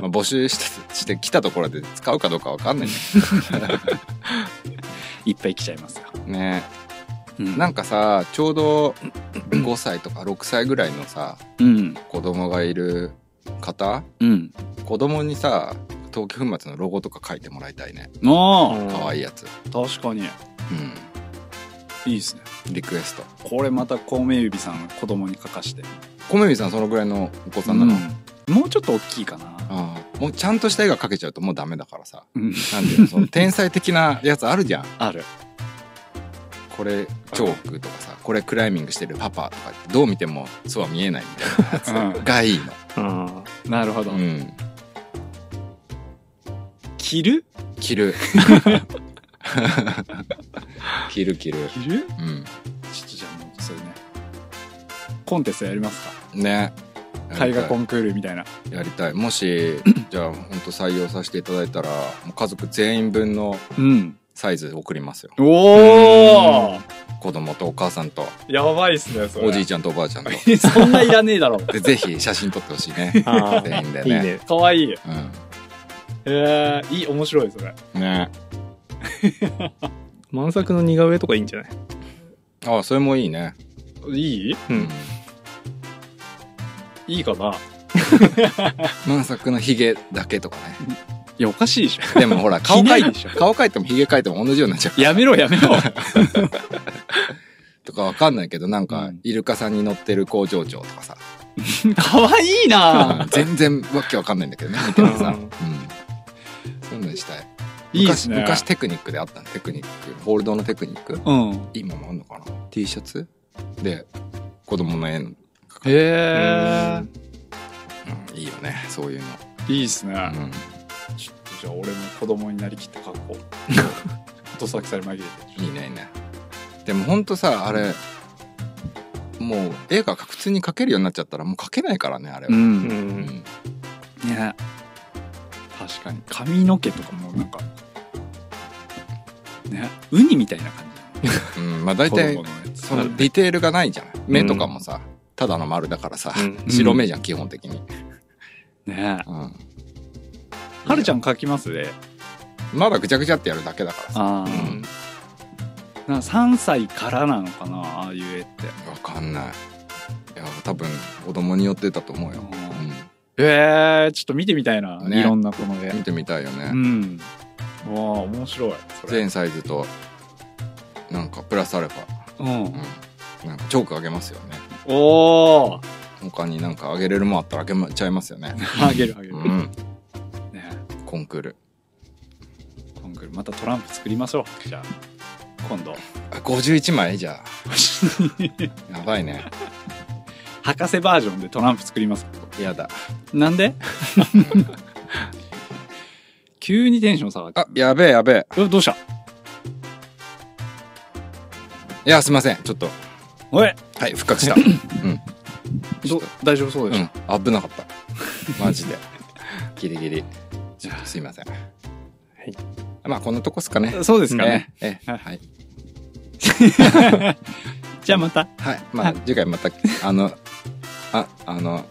S2: 募集して、してきたところで使うかどうかわかんないね
S1: いっぱい来ちゃいますよ。
S2: ね。
S1: うん
S2: なんかさちょうど5歳とか6歳ぐらいのさ
S1: うん。
S2: 子供がいる方
S1: うん。
S2: 子供にさ陶器粉末のロゴとか書いてもらいたいね
S1: あ
S2: 可愛い
S3: い。
S2: や
S1: あ、
S2: つ
S1: 確かに。
S2: う
S1: いいですね。
S2: んリクエスト
S1: これまた小目指さん子供に書かして。
S2: 米水さんそのぐらいのお子さんなの、
S1: うんもうちょっと大きいかな。
S2: ああもうちゃんとした絵が描けちゃうともうダメだからさ
S1: うん。
S2: なんていうのその天才的なやつあるじゃ ん
S1: ある。
S2: これチョークとかさこれクライミングしてるパパとかってどう見てもそうは見えないみたいなやつがいいの、
S3: あ
S1: なるほど。
S2: うん、
S1: 着る
S2: 着る 着る
S1: 着
S2: 着る、
S1: る
S2: う
S1: ちょっとじゃあもう、それね。コンテストやりますか
S2: ん、ね
S1: 絵画コンクールみたいな。
S2: やりたいも しじゃあ本当採用させていただいたらもう家族全員分の
S1: うん。
S2: サイズ送りますよ
S1: おお
S2: 子供とお母さんと
S1: やばいっすね、それ。
S2: おじいちゃんとおばあちゃんと
S1: そんないらねえだろ。
S2: でぜひ写真撮ってほし い ね
S3: あ
S2: 全員で
S3: いい
S2: ね
S3: ね。
S1: かわいい。えー、いい、面白い、それ。
S2: うん、ね
S3: 満作の似顔絵とかいいんじゃない
S2: あそれもいいね、
S1: いいう
S2: うんん、
S1: いいかな
S2: 満作のヒゲだけとかね
S1: いや、おかしいでしょ。
S2: で もほら顔
S1: 着な
S2: 描
S1: い
S2: い
S1: でしょ
S2: 顔描いてもヒゲ描いても同じようになっちゃう
S1: やめろ、やめ ろ。
S2: とかわかんないけどなん
S1: う
S2: か
S1: ん
S2: イルカさんに乗ってる工場長とかさ、
S1: かわいいな
S2: 全然わけわかんないんだけ どね見てもさ、
S3: う
S2: うんん、そういうのにしたい
S1: いいっすね
S2: 昔昔テクニックであったのテクニックホールドのテクニック
S1: うん。
S2: 今もあんのかな T シャツで子供の絵の、
S1: へえ。
S2: うんいいよねそういうの、
S1: いいっすね。
S2: うん
S1: ちょっとじゃあ、俺も子供になりきって格 好。とさきさに紛れて。。
S2: いいねいいねでもほんとさあれもう絵が普通に描けるようになっちゃったらもう描けないからねあれは、
S3: うん。
S2: うん
S1: ね確かに。髪の毛とかもなんか、ね、ウニみたいな感じ。
S2: うんまあ大体
S1: 子供のやつ
S2: そのディテールがないじゃない目とかもさ、ただの丸だからさ、
S3: うん
S2: 白目じゃん基本的に、
S1: ね
S2: うん、
S1: はるちゃん描きますね。
S2: まだぐちゃぐちゃってやるだけだからさ
S1: あ
S3: う
S1: あ。
S3: ん
S1: な3歳からなのかなああいう絵って
S2: わかんないいや多分子供によってだと思うよ、
S1: えー、ちょっと見てみたいな、
S2: ね
S1: いろんなこの絵
S2: うん、見てみたいよね、
S1: うんわあ面白いそれ
S2: 全サイズとなんかプラスアルファ、
S1: うん
S2: うん、なんかチョークあげますよね
S1: おー
S2: 他になんかあげれるもんあったらあげちゃいますよね
S1: あげるあげる、
S2: うん
S1: ね
S2: コンクール
S1: コンクールまたトランプ作りましょうじゃあ今度
S2: あ51枚じ ゃあやばいね
S1: 博士バージョンでトランプ作ります
S2: やだ
S1: なんで 急にテンション下がって
S2: あやべえやべえ
S1: えどうした
S2: いやすいませんちょっと
S1: おい
S2: はい復活した うん
S1: ど大丈夫そうでしょ、
S2: うん、危なかったマジでギリギリちょっとすいませんはいまあこんなとこっすかね
S1: そうですかね
S2: ええ
S1: はい
S2: はい、
S1: じゃあまた
S2: はい、まあ次回またあのああの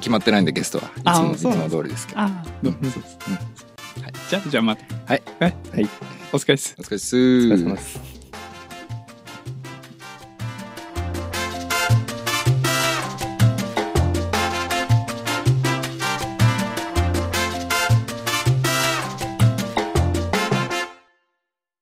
S2: 決まってないんでゲストはい
S1: あ
S2: つもいつ
S1: そうなん
S2: も
S1: です
S2: 通りですけど
S1: ああどうもそうですはいじゃあじゃあまた
S2: はい
S1: はいお疲れっす
S2: お疲れっす
S3: お疲れ様です。